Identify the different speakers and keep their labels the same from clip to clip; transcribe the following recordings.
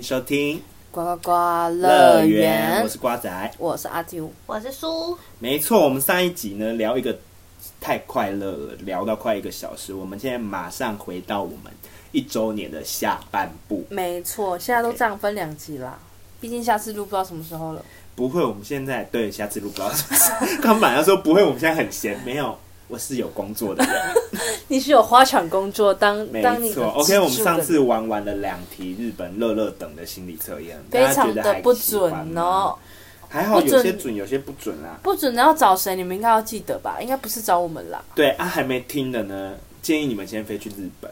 Speaker 1: 收听
Speaker 2: 呱呱呱
Speaker 1: 乐
Speaker 2: 乐
Speaker 1: 园，
Speaker 2: 园
Speaker 1: 我，是瓜仔。
Speaker 2: 我是阿 Q，
Speaker 3: 我是苏，
Speaker 1: 没错，我们上一集呢聊一个太快乐了，聊到快一个小时。我们现在马上回到我们一周年的下半部。
Speaker 2: 没错，现在都这样分两集啦，毕竟下次录不知道什么时候了。
Speaker 1: 不会，我们现在对下次录不到。 刚本来要说不会，我们现在很闲，没有，我是有工作的人。
Speaker 2: 你是有花场工作当
Speaker 1: 没
Speaker 2: 当你的
Speaker 1: 错，OK，
Speaker 2: 支柱的
Speaker 1: 我们上次玩完了两题日本乐乐等的心理测验，
Speaker 2: 非
Speaker 1: 大家
Speaker 2: 常
Speaker 1: 觉得
Speaker 2: 的
Speaker 1: 还
Speaker 2: 不
Speaker 1: 喜欢
Speaker 2: 准
Speaker 1: 吗
Speaker 2: 哦，，
Speaker 1: 还好
Speaker 2: 不
Speaker 1: 有些
Speaker 2: 准
Speaker 1: 准，有些不准啊啦。
Speaker 2: 不准的要找谁？你们应该要记得吧？应该不是找我们啦，
Speaker 1: 对啊，还没听的呢，建议你们先飞去日本，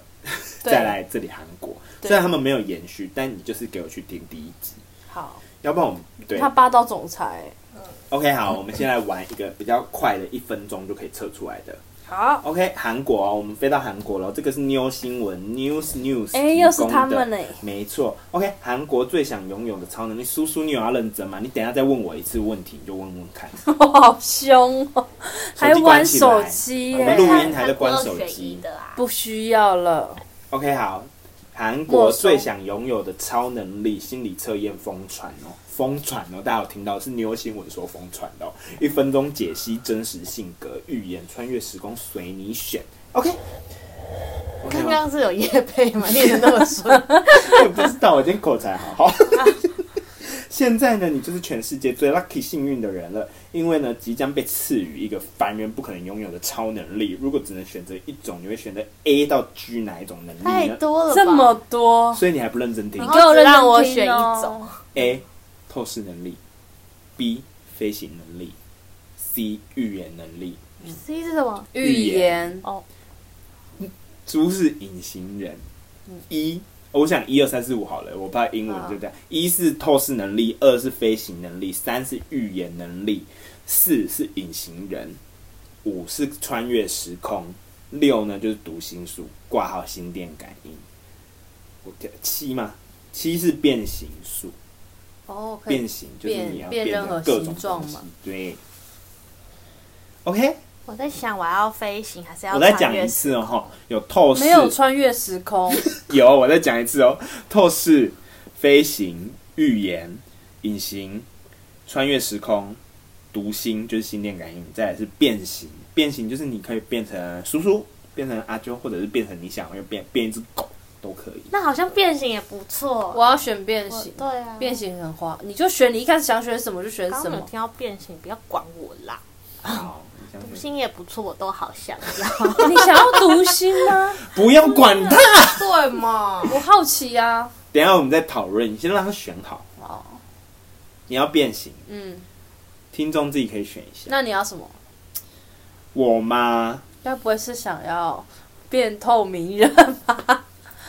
Speaker 2: 对
Speaker 1: 再来这里韩国。
Speaker 2: 对
Speaker 1: 虽然他们没有延续，但你就是给我去听第一集，
Speaker 2: 好，
Speaker 1: 要不然我们对
Speaker 2: 他霸道总裁，
Speaker 1: OK 好，我们先来玩一个比较快的，一分钟就可以测出来的。
Speaker 2: 好，
Speaker 1: OK，韩国哦，我们飞到韩国了，这个是 New 新闻 News News，
Speaker 2: 哎又
Speaker 1: 提
Speaker 2: 是
Speaker 1: 供的
Speaker 2: 他们嘞
Speaker 1: 没错。OK，韩国最想拥有的超能力，叔叔你有要认真吗？你等一下再问我一次问题，你就问问看。
Speaker 2: 我好凶哦， 还玩手机
Speaker 1: 我
Speaker 2: 耶、
Speaker 1: 们录音台在关手机
Speaker 3: 韩国二选一的啊，
Speaker 2: 不需要了，
Speaker 1: OK，好，韩国
Speaker 2: 没收
Speaker 1: 最想拥有的超能力心理测验疯传哦，疯传哦，大家有听到是牛新闻说疯传的、哦，一分钟解析真实性格，预言穿越时空，随你选。OK，我
Speaker 3: 刚刚是有夜配吗？念的那么顺，
Speaker 1: 我不知道，我今天口才好好。
Speaker 3: 啊
Speaker 1: 现在呢，你就是全世界最 lucky 幸运的人了，因为呢，即将被赐予一个凡人不可能拥有的超能力。如果只能选择一种，你会选择 A 到 G 哪一种能力
Speaker 3: 太
Speaker 1: 呢？
Speaker 3: 多了吧，
Speaker 2: 这么多，
Speaker 1: 所以你还不认真听
Speaker 3: 然
Speaker 2: 你
Speaker 3: 后
Speaker 2: 给我认
Speaker 3: 只让
Speaker 2: 真
Speaker 3: 我
Speaker 2: 听
Speaker 3: 选
Speaker 2: 哦
Speaker 3: 一种，
Speaker 1: A 透视能力，B 飞行能力，C 预言能力。
Speaker 3: C 是什么？
Speaker 2: 预
Speaker 1: 预
Speaker 2: 言，
Speaker 3: 哦，
Speaker 1: 猪是隐形人，一、哦我想一二三四五好了，我怕英文就这样。一是透视能力，二是飞行能力，三是预言能力，四是隐形人，五是穿越时空，六呢就是读心术，挂号心电感应。我跳七嘛，七是变形术，
Speaker 2: 哦，可以
Speaker 1: 变形就是你要
Speaker 2: 变变
Speaker 1: 成
Speaker 2: 任何
Speaker 1: 各种
Speaker 2: 形状
Speaker 1: 东西
Speaker 2: 嘛。
Speaker 1: 对。OK，
Speaker 3: 我在想我要飞行还是要
Speaker 1: 我再
Speaker 3: 穿
Speaker 1: 讲
Speaker 3: 越
Speaker 1: 一次哦，有透视，
Speaker 2: 没有穿越时空，
Speaker 1: 有，我再讲一次哦，透视、飞行、预言、隐形、穿越时空、读心，就是心电感应，再来是变形。变形就是你可以变成叔叔，变成阿啾，或者是变成你想要变变一只狗都可以。
Speaker 3: 那好像变形也不错。
Speaker 2: 我要选变
Speaker 3: 我
Speaker 2: 形。
Speaker 3: 对啊，
Speaker 2: 变。形很花，你就选你一开始想选什么就选
Speaker 3: 刚
Speaker 2: 什
Speaker 3: 刚有
Speaker 2: 么。
Speaker 3: 听到变形，不要管我啦。
Speaker 1: 好，你想
Speaker 3: 读
Speaker 1: 选
Speaker 3: 心也不错，我都好想要。
Speaker 2: 你想要读心吗？
Speaker 1: 不要管 他，
Speaker 3: 对嘛？
Speaker 2: 我好奇啊呀、
Speaker 1: 等一下我们再讨论，你先让他选好。
Speaker 2: 啊。哦，
Speaker 1: 你要变形，
Speaker 2: 嗯，
Speaker 1: 听众自己可以选一下。
Speaker 2: 那你要什么？
Speaker 1: 我吗？
Speaker 2: 该不会是想要变透明人吧？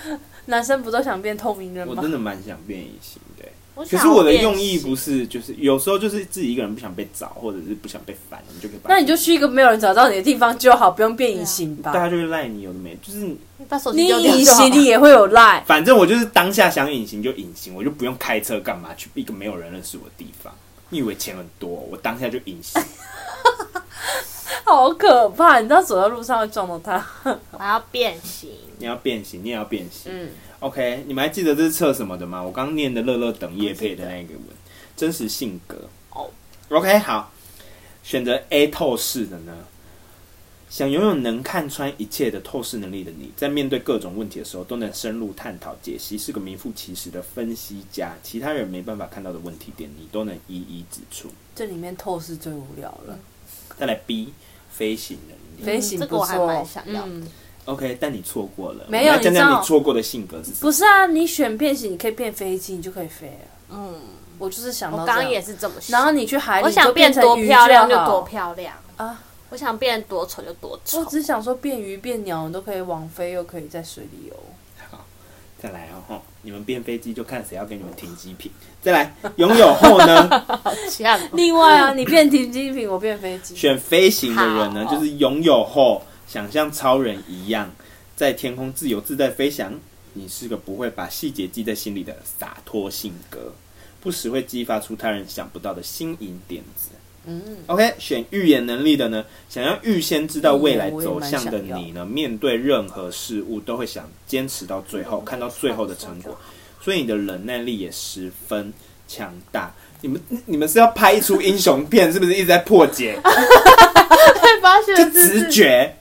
Speaker 2: 男生不都想变透明人
Speaker 1: 我
Speaker 2: 吗
Speaker 1: 真？的蛮想变隐形的欸、
Speaker 3: 我
Speaker 1: 可
Speaker 3: 想
Speaker 1: 是
Speaker 3: 要
Speaker 1: 我的
Speaker 3: 变
Speaker 1: 用意
Speaker 3: 形
Speaker 1: 不是，就是有时候就是自己一个人不想被找，或者是不想被烦，你就可以把。
Speaker 2: 那你就去一个没有人找到你的地方就好，不用变隐形
Speaker 1: 大
Speaker 2: 吧。
Speaker 1: 家就会赖你，有的没，就是
Speaker 3: 你把手机
Speaker 2: 你
Speaker 3: 丢掉
Speaker 2: 隐
Speaker 3: 就好
Speaker 2: 形你也会有赖，
Speaker 1: 反正我就是当下想隐形就隐形，我就不用开车干嘛去一个没有人认识我的地方。你以为钱很多，我当下就隐形。
Speaker 2: 好可怕！你知道走在路上会撞到他。
Speaker 3: 我要变形。
Speaker 1: 你要变形，你也要变形。
Speaker 2: 嗯，
Speaker 1: OK，你们还记得这是测什么的吗？我刚念的乐乐等叶配的那个文，真实性格。
Speaker 3: 哦
Speaker 1: OK，好，选择 A 透视的呢，想拥有能看穿一切的透视能力的你，在面对各种问题的时候，都能深入探讨解析，是个名副其实的分析家。其他人没办法看到的问题点，你都能一一指出。
Speaker 2: 这里面透视最无聊了，
Speaker 1: 再来 B 飞行能力
Speaker 2: 飞行
Speaker 3: 这
Speaker 2: 不
Speaker 3: 个我还
Speaker 2: 错
Speaker 3: 蛮想要的
Speaker 2: 嗯
Speaker 1: ，OK，但你错过了。
Speaker 2: 没有
Speaker 1: 我们来讲
Speaker 2: 你知
Speaker 1: 讲
Speaker 2: 道
Speaker 1: 你错过的性格是什么？
Speaker 2: 不是啊，你选变形，你可以变飞机，你就可以飞了。
Speaker 3: 嗯，
Speaker 2: 我就是想到
Speaker 3: 我
Speaker 2: 这
Speaker 3: 刚
Speaker 2: 样
Speaker 3: 刚也是这么想。
Speaker 2: 然后你去海里，
Speaker 3: 我
Speaker 2: 你
Speaker 3: 想
Speaker 2: 就变成
Speaker 3: 多
Speaker 2: 鱼
Speaker 3: 漂亮就
Speaker 2: 好
Speaker 3: 多漂亮
Speaker 2: 啊！
Speaker 3: 我想变多丑就多丑
Speaker 2: 我。只想说，变鱼变鸟，你都可以往飞，又可以在水里游。
Speaker 1: 好， 再来哦，吼你们变飞机就看谁要给你们停机坪。再来，拥有后呢，
Speaker 3: 这样
Speaker 2: 另外 啊，你变停机坪，我变飞机，
Speaker 1: 选飞行的人呢，
Speaker 3: 好
Speaker 1: 就是拥有后想像超人一样，在天空自由自在飞翔。你是个不会把细节记在心里的洒脱性格，不时会激发出他人想不到的新颖点子。
Speaker 2: 嗯，
Speaker 1: OK，选预言能力的呢，想要预先知道未来走向的
Speaker 2: 嗯我也蛮
Speaker 1: 你
Speaker 2: 想嗯
Speaker 1: 呢，面对任何事物都会想坚持到最后，看到最后的成果。所以你的忍耐力也十分强大。你们你们是要拍出英雄片，是不是一直在破解？
Speaker 3: 对，发现
Speaker 1: 就
Speaker 3: 了自
Speaker 1: 直
Speaker 3: 己。
Speaker 1: 觉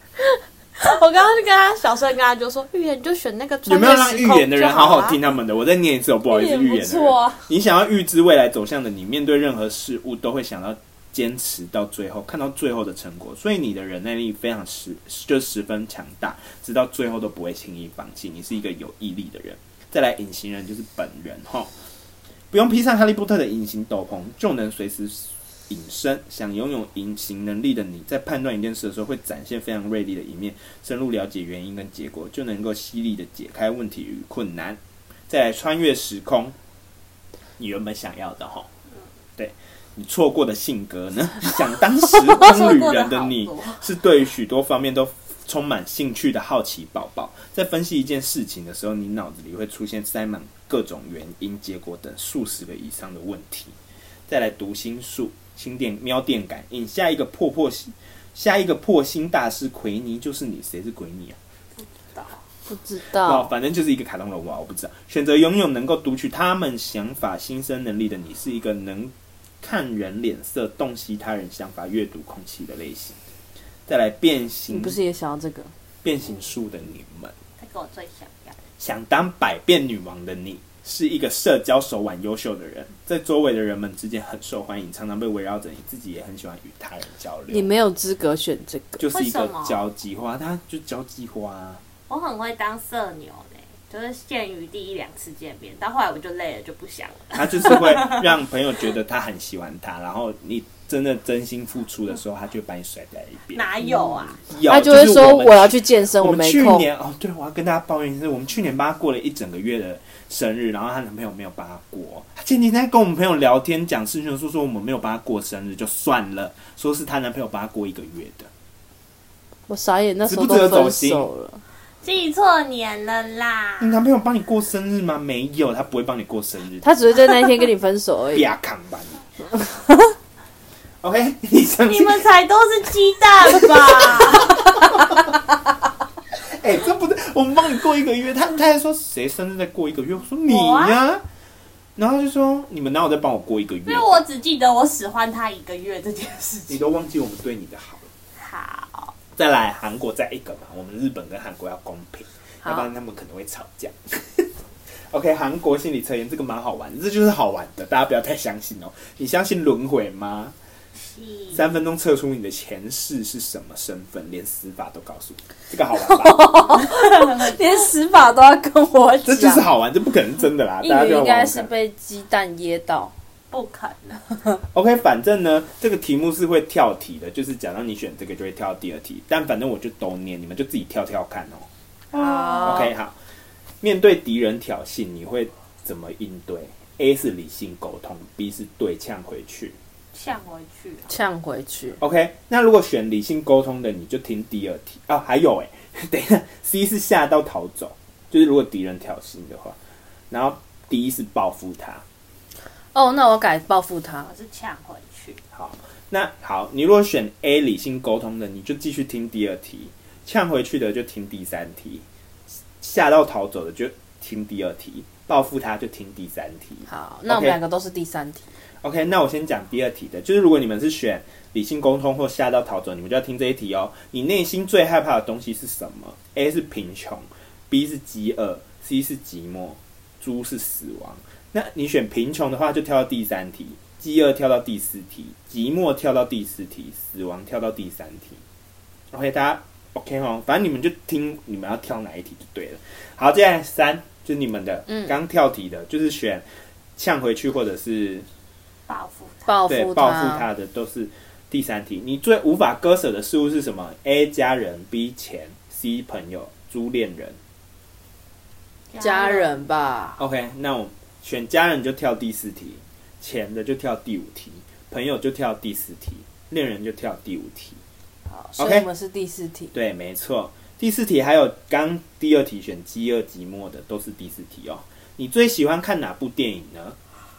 Speaker 3: 我刚刚就跟他小声跟他就说，预言你就选那个
Speaker 1: 有
Speaker 3: 穿
Speaker 1: 没
Speaker 3: 越
Speaker 1: 有让
Speaker 3: 时
Speaker 1: 预
Speaker 3: 空
Speaker 1: 言的人
Speaker 3: 就
Speaker 1: 好
Speaker 3: 好啊
Speaker 1: 好
Speaker 3: 啦
Speaker 1: 听？他们的？我再念一次，我不好意思，预
Speaker 2: 预
Speaker 1: 言
Speaker 2: 言不
Speaker 1: 的
Speaker 2: 错
Speaker 1: 人
Speaker 2: 啊，
Speaker 1: 你想要预知未来走向的你，面对任何事物都会想要坚持到最后，看到最后的成果，所以你的忍耐力非常十就十分强大，直到最后都不会轻易放弃。你是一个有毅力的人。再来，隐形人就是本人哈，不用披上哈利波特的隐形斗篷，就能随时隐身。想拥有隐形能力的你，在判断一件事的时候，会展现非常锐利的一面，深入了解原因跟结果，就能够犀利的解开问题与困难。再来，穿越时空，你原本想要的哈，对你错过的性格呢？想当时
Speaker 2: 错
Speaker 1: 空旅
Speaker 2: 过
Speaker 1: 人的
Speaker 2: 好
Speaker 1: 你，
Speaker 2: 多
Speaker 1: 是对于许多方面都充满兴趣的好奇宝宝。在分析一件事情的时候，你脑子里会出现塞满各种原因、结果等数十个以上的问题。再来读心术、心电、喵电感应，下一个破破心，下一个破心大师奎尼就是你，谁是奎尼啊？
Speaker 2: 不知
Speaker 1: 哦，
Speaker 2: 道，
Speaker 1: 反正就是一个卡通人物啊，我不知道。选择拥有能够读取他们想法、心声能力的你，是一个能看人脸色、洞悉他人想法、阅读空气的类型。再来变
Speaker 2: 你
Speaker 1: 形，
Speaker 2: 不是也想要这个？
Speaker 1: 变形术的你们，
Speaker 3: 这个我最想要。
Speaker 1: 想当百变女王的你，是一个社交手腕优秀的人，在周围的人们之间很受欢迎，常常被围绕着你，自己也很喜欢与他人交
Speaker 2: 你
Speaker 1: 流，
Speaker 2: 没有资格选这个，
Speaker 1: 就是一个
Speaker 3: 为什么
Speaker 1: 交际花，他就交际花啊、
Speaker 3: 我很会当社牛嘞，就是限于第一两次见面，到后来我就累了就不想了。
Speaker 1: 他就是会让朋友觉得他很喜欢他，然后你真的真心付出的时候，他就把你甩在一边。
Speaker 3: 哪有啊？
Speaker 1: 有
Speaker 2: 他就会
Speaker 1: 是
Speaker 2: 说
Speaker 1: 我
Speaker 2: 我
Speaker 1: 们
Speaker 2: 要去健身，
Speaker 1: 我们
Speaker 2: 没
Speaker 1: 去
Speaker 2: 空。
Speaker 1: 年哦，对，我要跟大家抱怨一下，我们去年帮她过了一整个月的生日，然后她男朋友没有帮她过。她前几天在跟我们朋友聊天讲事情，说说我们没有帮她过生日就算了，说是她男朋友帮她过一个月的。
Speaker 2: 我傻眼，那时候
Speaker 1: 值不
Speaker 2: 都
Speaker 1: 值得走
Speaker 2: 分
Speaker 1: 心
Speaker 2: 手了。
Speaker 3: 记错年了啦
Speaker 1: 你！男朋友帮你过生日吗？没有，他不会帮你过生日，
Speaker 2: 他只会在那一天跟你分手 而已。
Speaker 1: 啪扛吧你。OK，以上
Speaker 3: 你
Speaker 1: 是
Speaker 3: 们才都是鸡蛋吧？
Speaker 1: 哎、这不对，我们帮你过一个月。他他还说谁生日再过一个月，我说你
Speaker 3: 我
Speaker 1: 呀、然后就说你们哪有在帮我过一个
Speaker 3: 因
Speaker 1: 月
Speaker 3: 为？我只记得我使唤他一个月这件事
Speaker 1: 你
Speaker 3: 情。
Speaker 1: 都忘记我们对你的好。
Speaker 3: 好，
Speaker 1: 再来韩国再一个嘛，我们日本跟韩国要公平，
Speaker 2: 好
Speaker 1: 要不然他们可能会吵架。OK，韩国心理测验这个蛮好玩的，这就是好玩的，大家不要太相信哦。你相信轮回吗？三分钟测出你的前世是什么身份，连死法都告诉你，这个好玩 吧？
Speaker 2: 连死法都要跟我
Speaker 1: 这
Speaker 2: 讲。
Speaker 1: 就是好玩，这不可能是真的 啦，
Speaker 2: 一
Speaker 1: 大家
Speaker 2: 女
Speaker 1: 就要
Speaker 2: 应
Speaker 1: 玩玩看
Speaker 2: 该是被鸡蛋噎到，
Speaker 3: 不可能。
Speaker 1: OK，反正呢，这个题目是会跳题的，就是假如你选这个就会跳第二题，但反正我就都念，你们就自己跳跳看哦。
Speaker 2: 好
Speaker 1: OK，好。面对敌人挑衅，你会怎么应对？A 是理性沟通，B 是对呛回去。
Speaker 3: 呛回去。
Speaker 2: 呛回去。
Speaker 1: OK，那如果选理性沟通的，你就听第二题啊。还有哎、 等一下，C 是吓到逃走，就是如果敌人挑衅的话，然后 D 是报复他。
Speaker 2: 哦，那我改报复他
Speaker 3: 我。是呛回去。
Speaker 1: 好，那好，你如果选 A 理性沟通的，你就继续听第二题；呛回去的就听第三题；吓到逃走的就听第二题；报复他就听第三题。
Speaker 2: 好，那我
Speaker 1: OK
Speaker 2: 们两个都是第三题。
Speaker 1: OK，那我先讲第二题的，就是如果你们是选理性沟通或吓到逃走，你们就要听这一题哦。你内心最害怕的东西是什么？A 是贫穷，B 是饥饿，C 是寂寞猪是死亡。那你选贫穷的话，就跳到第三题；饥饿跳到第四题；寂寞跳到第四题；死亡跳到第三题。OK，大家 OK 哦，反正你们就听你们要跳哪一题就对了。好，接下来三就是你们的，
Speaker 2: 嗯
Speaker 1: 刚跳题的，就是选呛回去或者是
Speaker 3: 报复他。
Speaker 2: 报
Speaker 1: 对
Speaker 2: 复
Speaker 1: 报复他的都是第三题。你最无法割舍的事物是什么？A 家人，B 钱，C 朋友，D 恋人。
Speaker 2: 家。人吧。
Speaker 1: OK，那我选家人就跳第四题，钱的就跳第五题，朋友就跳第四题，恋人就跳第五题。
Speaker 2: 好，所以
Speaker 1: OK
Speaker 2: 我们是第四题。
Speaker 1: 对，没错。第四题还有刚第二题选饥饿寂寞的都是第四题哦。你最喜欢看哪部电影呢？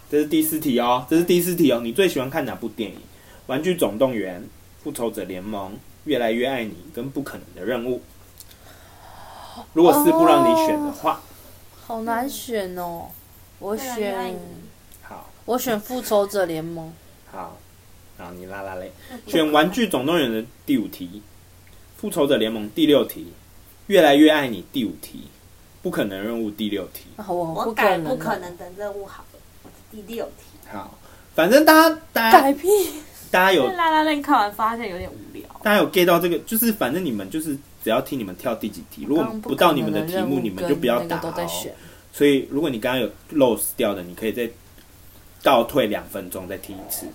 Speaker 1: 这是第四题哦，这是第四题哦。你最喜欢看哪部电影？《玩具总动员》《复仇者联盟》《越来越爱你》跟《不可能的任务》。如果四部让你选的话，
Speaker 2: 好难选哦。我
Speaker 3: 对啊因为爱
Speaker 2: 选
Speaker 3: 你
Speaker 1: 好
Speaker 2: 我选复仇者联盟，
Speaker 1: 好，然后你拉拉嘞，选《玩具总动员》的第五题，《复仇者联盟》第六题，《越来越爱你》第五题，《不可能任务》第六题。
Speaker 2: 啊、我
Speaker 3: 我
Speaker 2: 不
Speaker 3: 改
Speaker 2: 能，
Speaker 3: 不可能的任务好了，我是第六题。
Speaker 1: 好，反正大家大家
Speaker 2: 改屁，
Speaker 1: 大家有
Speaker 3: 但拉拉链看完发现有点无聊，
Speaker 1: 大家有 get 到这个，就是反正你们就是只要听你们跳第几题，如果
Speaker 2: 刚刚
Speaker 1: 不
Speaker 2: 可
Speaker 1: 到
Speaker 2: 能
Speaker 1: 你们的题
Speaker 2: 任
Speaker 1: 目，
Speaker 2: 务
Speaker 1: 你们
Speaker 2: 跟
Speaker 1: 就不要
Speaker 2: 那
Speaker 1: 打
Speaker 2: 个都在
Speaker 1: 哦。
Speaker 2: 选，
Speaker 1: 所以如果你刚刚有 lose 掉的，你可以再倒退两分钟再听一次。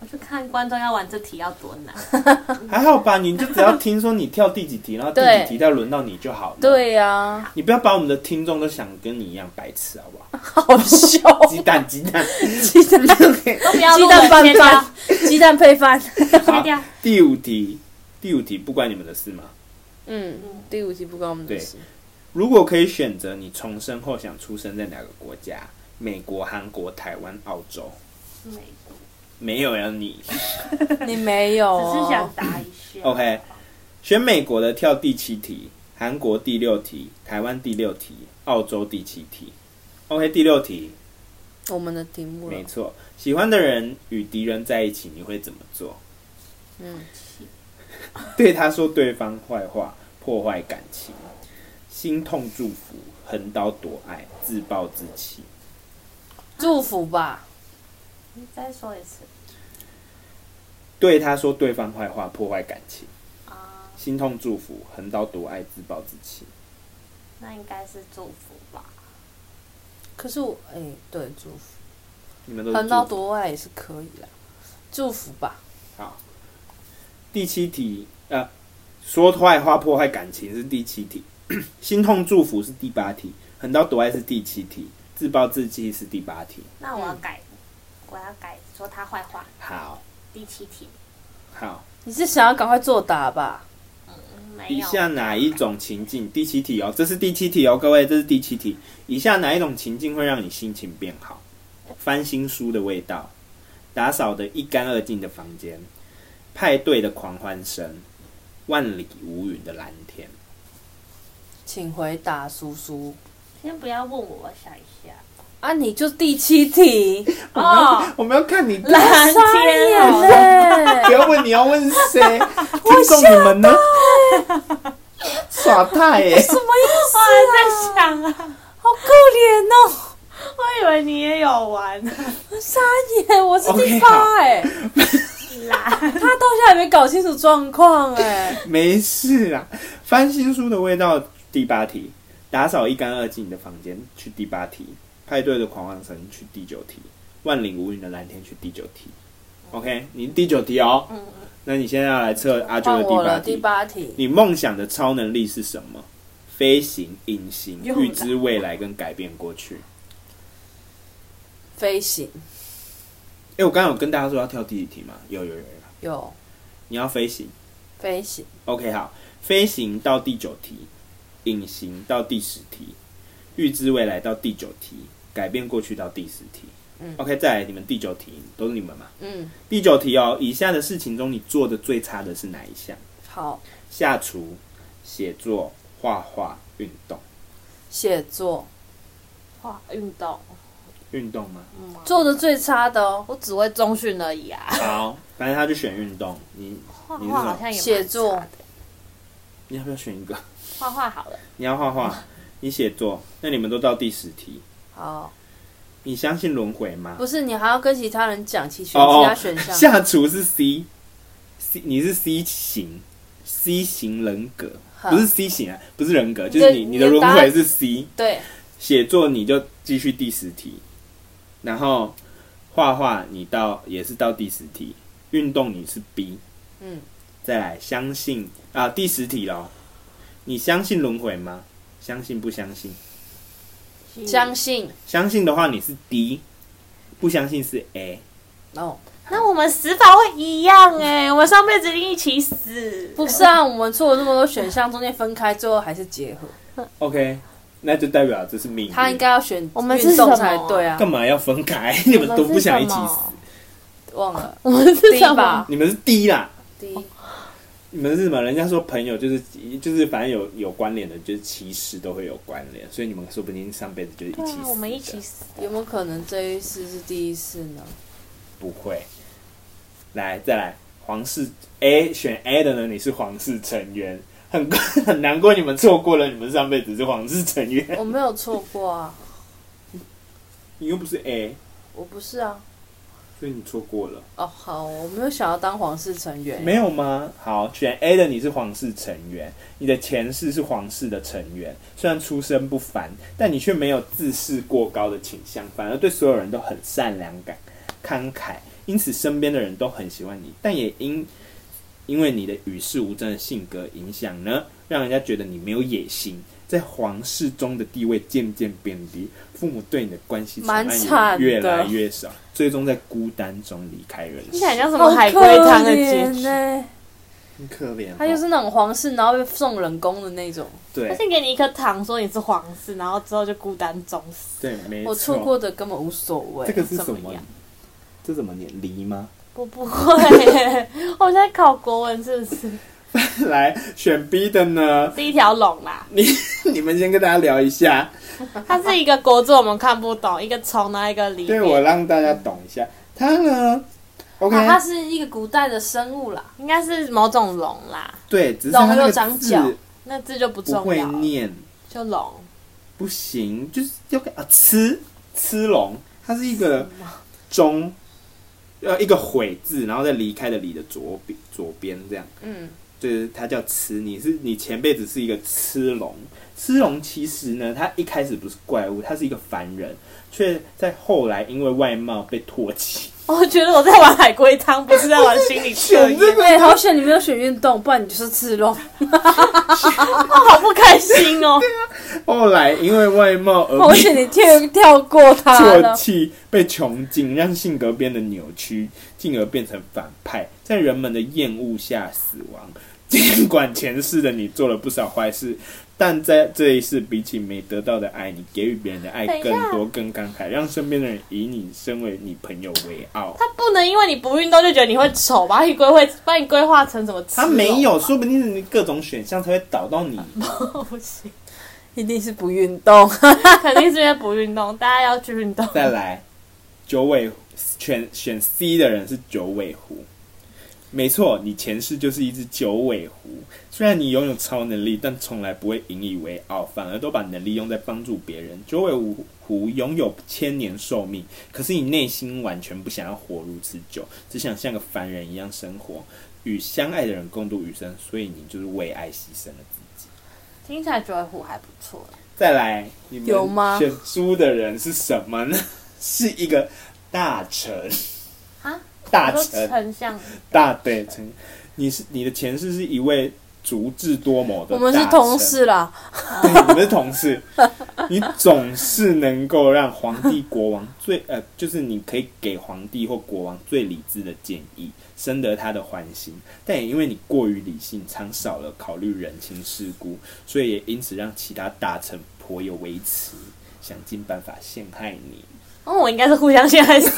Speaker 3: 我就看观众要玩这题要多难。
Speaker 1: 还好吧，你就只要听说你跳第几题，然后第
Speaker 2: 对
Speaker 1: 几题再轮到你就好了。，
Speaker 2: 对啊呀、
Speaker 1: 你不要把我们的听众都想跟你一样白痴，好不好？
Speaker 2: 好笑，
Speaker 1: 鸡蛋，鸡蛋。
Speaker 2: 哦 鸡蛋
Speaker 3: 都 不 要
Speaker 2: 鸡
Speaker 3: 录
Speaker 2: 蛋
Speaker 3: 了，切
Speaker 2: 拌
Speaker 3: 掉，
Speaker 2: 饭，鸡蛋配饭，
Speaker 1: 好
Speaker 3: 切掉。
Speaker 1: 第五题，第五题不关你们的事吗？
Speaker 2: 嗯，第五集不关我们的事，
Speaker 1: 如果可以选择，你重生后想出生在哪个国家？美国、韩国、台湾、澳洲？
Speaker 3: 美
Speaker 1: 没有呀，你
Speaker 2: 你没有、
Speaker 3: 国，只是想
Speaker 2: 哦，
Speaker 3: 答一下。
Speaker 1: OK。选美国的跳第七题，韩国第六题，台湾第六题，澳洲第七题。OK，第六题，
Speaker 2: 我们的题目了
Speaker 1: 没，错。喜欢的人与敌人在一起，你会怎么做？
Speaker 2: 嗯，
Speaker 1: 对他说对方坏话，破坏感情，心痛祝福，横刀夺爱，自暴自弃。
Speaker 2: 祝福吧，
Speaker 3: 你再说一次
Speaker 1: 对他说对方坏话，破坏感情，
Speaker 3: 啊，
Speaker 1: 心痛祝福，横刀夺爱，自暴自弃。
Speaker 3: 那应该是祝福吧？
Speaker 2: 嗯可是我，哎、对，祝福，
Speaker 1: 你们都是
Speaker 2: 横刀
Speaker 1: 祝福
Speaker 2: 夺爱也是可以啦，祝福吧，
Speaker 1: 好。第七题，呃，说坏话破坏感情是第七题， 心痛祝福是第八题，横刀夺爱是第七题，自暴自弃是第八题。
Speaker 3: 那我要
Speaker 2: 嗯
Speaker 3: 改，我要改说他坏话。
Speaker 1: 好，
Speaker 3: 第七题，
Speaker 1: 好，
Speaker 2: 你是想要赶快作答吧？
Speaker 3: 没
Speaker 1: 以
Speaker 3: 有。
Speaker 1: 下哪一种情境？第七题哦，这是第七题哦，各位，这是第七题。以下哪一种情境会让你心情变好？翻新书的味道，打扫的一干二净的房间，派对的狂欢声，万里无云的蓝天。
Speaker 2: 请回答，叔叔
Speaker 3: 先不要问我，我想一下。
Speaker 2: 啊，你就第七 题，
Speaker 3: 哦，
Speaker 1: 我们要看你，不
Speaker 3: 蓝
Speaker 2: 傻
Speaker 3: 天哦
Speaker 2: 眼嘞。
Speaker 1: 要问你要问谁？听众你们呢？ 耍太欸耶、
Speaker 2: 什么意思
Speaker 3: 我还在想啊，
Speaker 2: 好可怜哦！
Speaker 3: 我以为你也有 玩
Speaker 2: 傻眼，我是第
Speaker 1: OK，
Speaker 2: 八哎、
Speaker 3: 啦。
Speaker 2: 他到现在还没搞清楚状况哎、
Speaker 1: 没事啦，翻新书的味道。第八题，打扫一干二净的房间，去第八题；派对的狂欢神去第九题；万里无云的蓝天去第九题。OK，你第九题哦。
Speaker 3: 嗯
Speaker 1: 那你现在要来测阿九
Speaker 2: 换
Speaker 1: 的
Speaker 2: 我了，
Speaker 1: 第
Speaker 2: 第
Speaker 1: 八题。
Speaker 2: 八题，
Speaker 1: 你梦想的超能力是什么？飞行、隐形、
Speaker 3: 又来
Speaker 1: 预知未来跟改变过去。
Speaker 2: 飞行
Speaker 1: 哎、我刚刚有跟大家说要跳第几题吗？有有有有，
Speaker 2: 有
Speaker 1: 你要飞行。
Speaker 2: 飞行
Speaker 1: OK，好，飞行到第九题，隐形到第十题，预知未来到第九题，改变过去到第十题。
Speaker 2: 嗯
Speaker 1: OK，再来你们第九题，都是你们嘛？
Speaker 2: 嗯，
Speaker 1: 第九题哦，以下的事情中你做的最差的是哪一项？
Speaker 2: 好，
Speaker 1: 下厨、写作、画画、运动。
Speaker 2: 写作
Speaker 3: 哇，运动，
Speaker 1: 运动吗？
Speaker 3: 嗯，
Speaker 2: 做的最差的哦，
Speaker 3: 我只会中训而已啊。
Speaker 1: 好，反正他就选运动。你
Speaker 3: 画
Speaker 1: 你是什
Speaker 3: 画
Speaker 1: 么
Speaker 3: 好像也蛮
Speaker 2: 写作
Speaker 3: 差的，
Speaker 1: 你要不要选一个？
Speaker 3: 画画好了，
Speaker 1: 你要画画，你写作，那你们都到第十题。
Speaker 2: 好，
Speaker 1: 你相信轮回吗？
Speaker 2: 不是你还要跟其他人讲，其选
Speaker 1: 哦
Speaker 2: 其
Speaker 1: 哦
Speaker 2: 他选项，
Speaker 1: 下厨是 C，C 你是 C 型，C 型人格
Speaker 2: 好
Speaker 1: 不是 C 型啊，不是人格，
Speaker 2: 你
Speaker 1: 就
Speaker 2: 的
Speaker 1: 是你
Speaker 2: 你
Speaker 1: 你
Speaker 2: 的
Speaker 1: 的轮
Speaker 2: 答案
Speaker 1: 回是 C。
Speaker 2: 对，
Speaker 1: 写作你就继续第十题，然后画画你到也是到第十题，运动你是 B，
Speaker 2: 嗯，
Speaker 1: 再来相信啊第十题咯，你相信轮回吗？相信不相信？
Speaker 2: 相信
Speaker 1: 相信的话你是 D，不相信是 A。
Speaker 2: 哦，
Speaker 3: 那我们死法会一样哎、我们上辈子一起死。
Speaker 2: 不是啊，我们做了那么多选项，中间分开，最后还是结合，
Speaker 1: OK，那就代表这是命运。
Speaker 2: 他应该要选
Speaker 3: 我们是
Speaker 2: 运动
Speaker 3: 什么
Speaker 2: 才对啊，
Speaker 1: 干嘛要分 开？你们都不想一起死？
Speaker 2: 忘了
Speaker 3: 我们是
Speaker 2: 第一
Speaker 3: 什么？
Speaker 2: 吧
Speaker 1: 你们是 D 啦，
Speaker 2: 第一，
Speaker 1: 你们是什么？人家说朋友就是就是反正有有关联的，就是七世都会有关联，所以你们说不定上辈子就是一
Speaker 3: 对
Speaker 1: 起死
Speaker 3: 啊，
Speaker 1: 的。
Speaker 3: 我们一起死的。
Speaker 2: 有没有可能这一世是第一世呢？
Speaker 1: 不会。来，再来，皇室 A 选 A 的呢？你是皇室成员，很 很难过，你们错过了，你们上辈子是皇室成员，
Speaker 2: 我没有错过啊，
Speaker 1: 你又不是 A，
Speaker 2: 我不是啊。
Speaker 1: 所以你错过了，
Speaker 2: 哦，好，我没有想要当皇室成员。
Speaker 1: 没有吗？好，选 A 的你是皇室成员，你的前世是皇室的成员，虽然出身不凡，但你却没有自视过高的倾向，反而对所有人都很善良感慷慨，因此身边的人都很喜欢你，但也因因为你的与世无争的性格影响呢，让人家觉得你没有野心，在皇室中的地位渐渐贬低，父母对你的关系
Speaker 2: 蛮
Speaker 1: 宠爱也
Speaker 2: 惨的
Speaker 1: 越来越少，最终在孤单中离开人
Speaker 3: 听
Speaker 1: 世
Speaker 3: 起，来像什
Speaker 2: 好
Speaker 3: 么
Speaker 2: 可
Speaker 3: 海龟汤的结
Speaker 2: 怜
Speaker 3: 局？
Speaker 2: 呢？
Speaker 1: 很可怜哦。
Speaker 2: 他就是那种皇室，然后被送人工的那种。
Speaker 3: 他
Speaker 1: 对
Speaker 3: 先给你一颗糖，说你是皇室，然后之后就孤单终死。
Speaker 1: 对，没
Speaker 2: 我错
Speaker 1: 错。
Speaker 2: 过的根本无所谓。
Speaker 1: 这个是
Speaker 3: 怎
Speaker 1: 什
Speaker 3: 么
Speaker 1: 么
Speaker 3: 样？
Speaker 1: 这怎么念离吗？
Speaker 3: 我不会，我现在考国文是不是？
Speaker 1: 来选 B 的呢？
Speaker 3: 是一条龙啦，
Speaker 1: 你们先跟大家聊一下，
Speaker 3: 它是一个国字，我们看不懂，一个虫，然后一个离别。
Speaker 1: 对我让大家懂一下。他呢？OK，
Speaker 2: 啊，它是一个古代的生物啦，
Speaker 3: 应该是某种龙啦，
Speaker 1: 对，只是他
Speaker 2: 龙
Speaker 1: 那
Speaker 2: 又
Speaker 1: 个
Speaker 2: 长
Speaker 1: 字
Speaker 2: 角
Speaker 3: 那字就不
Speaker 1: 不
Speaker 3: 重
Speaker 1: 会
Speaker 3: 要了，
Speaker 1: 念，
Speaker 3: 就龙。
Speaker 1: 不行，就是要给啊，吃吃龙，它是一个中，呃，一个悔字，然后再离开的离的左边左边这样，
Speaker 2: 嗯，
Speaker 1: 就是它叫吃。你是你前辈子是一个吃龙，吃龙其实呢，它一开始不是怪物，它是一个凡人，却在后来因为外貌被唾弃。
Speaker 3: 我哦觉得我在玩海龟汤，不是在玩 心理测验，
Speaker 1: 这
Speaker 2: 对，好险你没有选运动，不然你就是赤裸。
Speaker 3: 我哦好不开心哦。
Speaker 1: 后来因为外貌而
Speaker 2: 好
Speaker 1: 被
Speaker 2: 险你跳跳过
Speaker 3: 啊
Speaker 2: 它
Speaker 1: 唾
Speaker 2: 了。
Speaker 1: 弃、被囚禁，让性格变得扭曲，进而变成反派，在人们的厌恶下死亡。尽管前世的你做了不少坏事，但在这一世，比起没得到的爱，你给予别人的爱
Speaker 3: 等一
Speaker 1: 更
Speaker 3: 下
Speaker 1: 多、更慷慨，让身边的人以你身为你朋友为傲。
Speaker 3: 他不能因为你不运动就觉得你会丑吧？把你规划把你规划成什么哦吃
Speaker 1: 他
Speaker 3: 龙吧？
Speaker 1: 没有，说不定是你各种选项才会导到
Speaker 3: 嗯
Speaker 1: 你。
Speaker 3: 不行，
Speaker 2: 一定是不运动，
Speaker 3: 肯定是因为不运动， 大家要去运动。
Speaker 1: 再来，九尾狐选选 C 的人是九尾狐，没错，你前世就是一只九尾狐。虽然你拥有超能力，但从来不会引以为傲，反而都把能力用在帮助别人。九尾狐狐拥有千年寿命，可是你内心完全不想要活如此久，只想像个凡人一样生活，与相爱的人共度余生。所以你就是为爱牺牲了自己。
Speaker 3: 听起来九尾狐还不错啦，
Speaker 1: 再来，你们
Speaker 2: 有吗
Speaker 1: 选猪的人是什么呢？ 是一个大臣
Speaker 3: 啊，
Speaker 1: 大
Speaker 3: 都
Speaker 1: 臣
Speaker 3: 丞相，
Speaker 1: 大对臣，你是你的前世是一位足智多谋的，
Speaker 2: 我们是同，事啦。
Speaker 1: 对，你们是哦同事， 你总是能够让皇帝、国王最呃，就是你可以给皇帝或国王最理智的建议，深得他的欢心。但也因为你过于理性，常少了考虑人情世故，所以也因此让其他大臣颇有微词，想尽办法陷害你。
Speaker 3: 哦，我应该是互相陷害 死。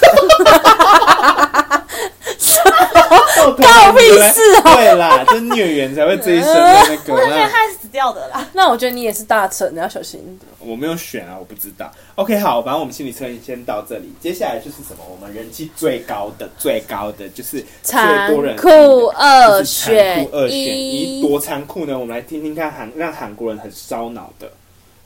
Speaker 1: 告
Speaker 2: 屁事哦
Speaker 1: 对啦，这孽缘才会这一生的那个。那
Speaker 3: 害死掉的啦。
Speaker 2: 那我觉得你也是大臣，你要小心。
Speaker 1: 我没有选啊，我不知道。OK，好，反正我们心理测验先到这里，接下来就是什么？我们人气最高的、最高的就是最
Speaker 2: 残
Speaker 1: 多人
Speaker 2: 酷
Speaker 1: 二
Speaker 2: 二选
Speaker 1: 二选一，
Speaker 2: 一，
Speaker 1: 多残酷呢？我们来听听看韩让韩国人很烧脑的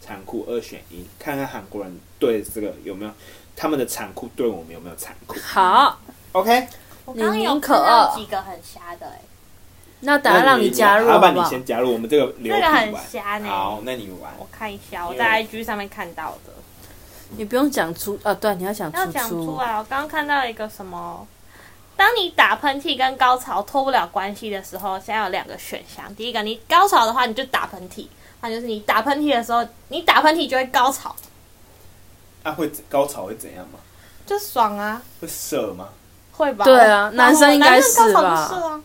Speaker 1: 残酷二选一，看看韩国人对这个有没有他们的残酷对我们有没有残酷
Speaker 2: 好，
Speaker 1: ？OK，
Speaker 3: 我
Speaker 2: 刚刚有看到几
Speaker 3: 个很瞎的、欸，
Speaker 2: 那等下
Speaker 1: 那
Speaker 2: 让你加入
Speaker 1: 好
Speaker 2: 好
Speaker 1: 吧？
Speaker 2: 不
Speaker 1: 你
Speaker 2: 好？
Speaker 1: 先加入我们这个流
Speaker 3: 这
Speaker 1: 程
Speaker 3: 个
Speaker 1: 玩
Speaker 3: 很。瞎呢、
Speaker 1: 好，那你玩。
Speaker 3: 我看一下，我在 IG 上面看到的。
Speaker 2: 你不用讲出啊，对，你要讲
Speaker 3: 要
Speaker 2: 出
Speaker 3: 讲出
Speaker 2: 出。
Speaker 3: 来，我刚刚看到一个什么？当你打喷嚏跟高潮脱不了关系的时候，现在有两个选项。第一个，你高潮的话，你就打喷嚏；那就是你打喷嚏的时候，你打喷嚏就会高潮，
Speaker 1: 啊，会怎高潮会怎样吗？
Speaker 3: 就爽啊，
Speaker 1: 会射吗？
Speaker 3: 会吧？
Speaker 2: 对啊男生应该
Speaker 3: 男生
Speaker 2: 是吧
Speaker 3: 高潮就是啊。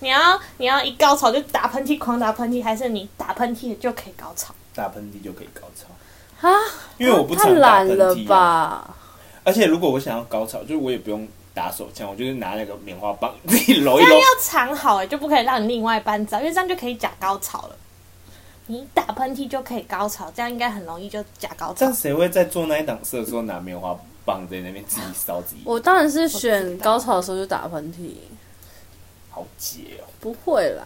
Speaker 3: 你要你要一高潮就打喷嚏，狂打喷嚏，还是你打喷嚏就可以高潮？
Speaker 1: 打喷嚏就可以高潮
Speaker 2: 啊，
Speaker 1: 因为我不
Speaker 2: 太
Speaker 1: 常打
Speaker 2: 懒
Speaker 1: 喷嚏、啊
Speaker 2: 了？吧？
Speaker 1: 而且如果我想要高潮，就是我也不用打手枪，我就是拿那个棉花棒自己揉一
Speaker 3: 这样
Speaker 1: 揉。
Speaker 3: 要藏好哎、就不可以让你另外一半知道，因为这样就可以假高潮了。你打喷嚏就可以高潮，这样应该很容易就假高
Speaker 1: 这
Speaker 3: 潮
Speaker 1: 样。谁会在做那一档事的时候拿棉花棒在那边自己烧自己？
Speaker 2: 我当然是选高潮的时候就打喷嚏，
Speaker 1: 好解哦、
Speaker 2: 不会啦。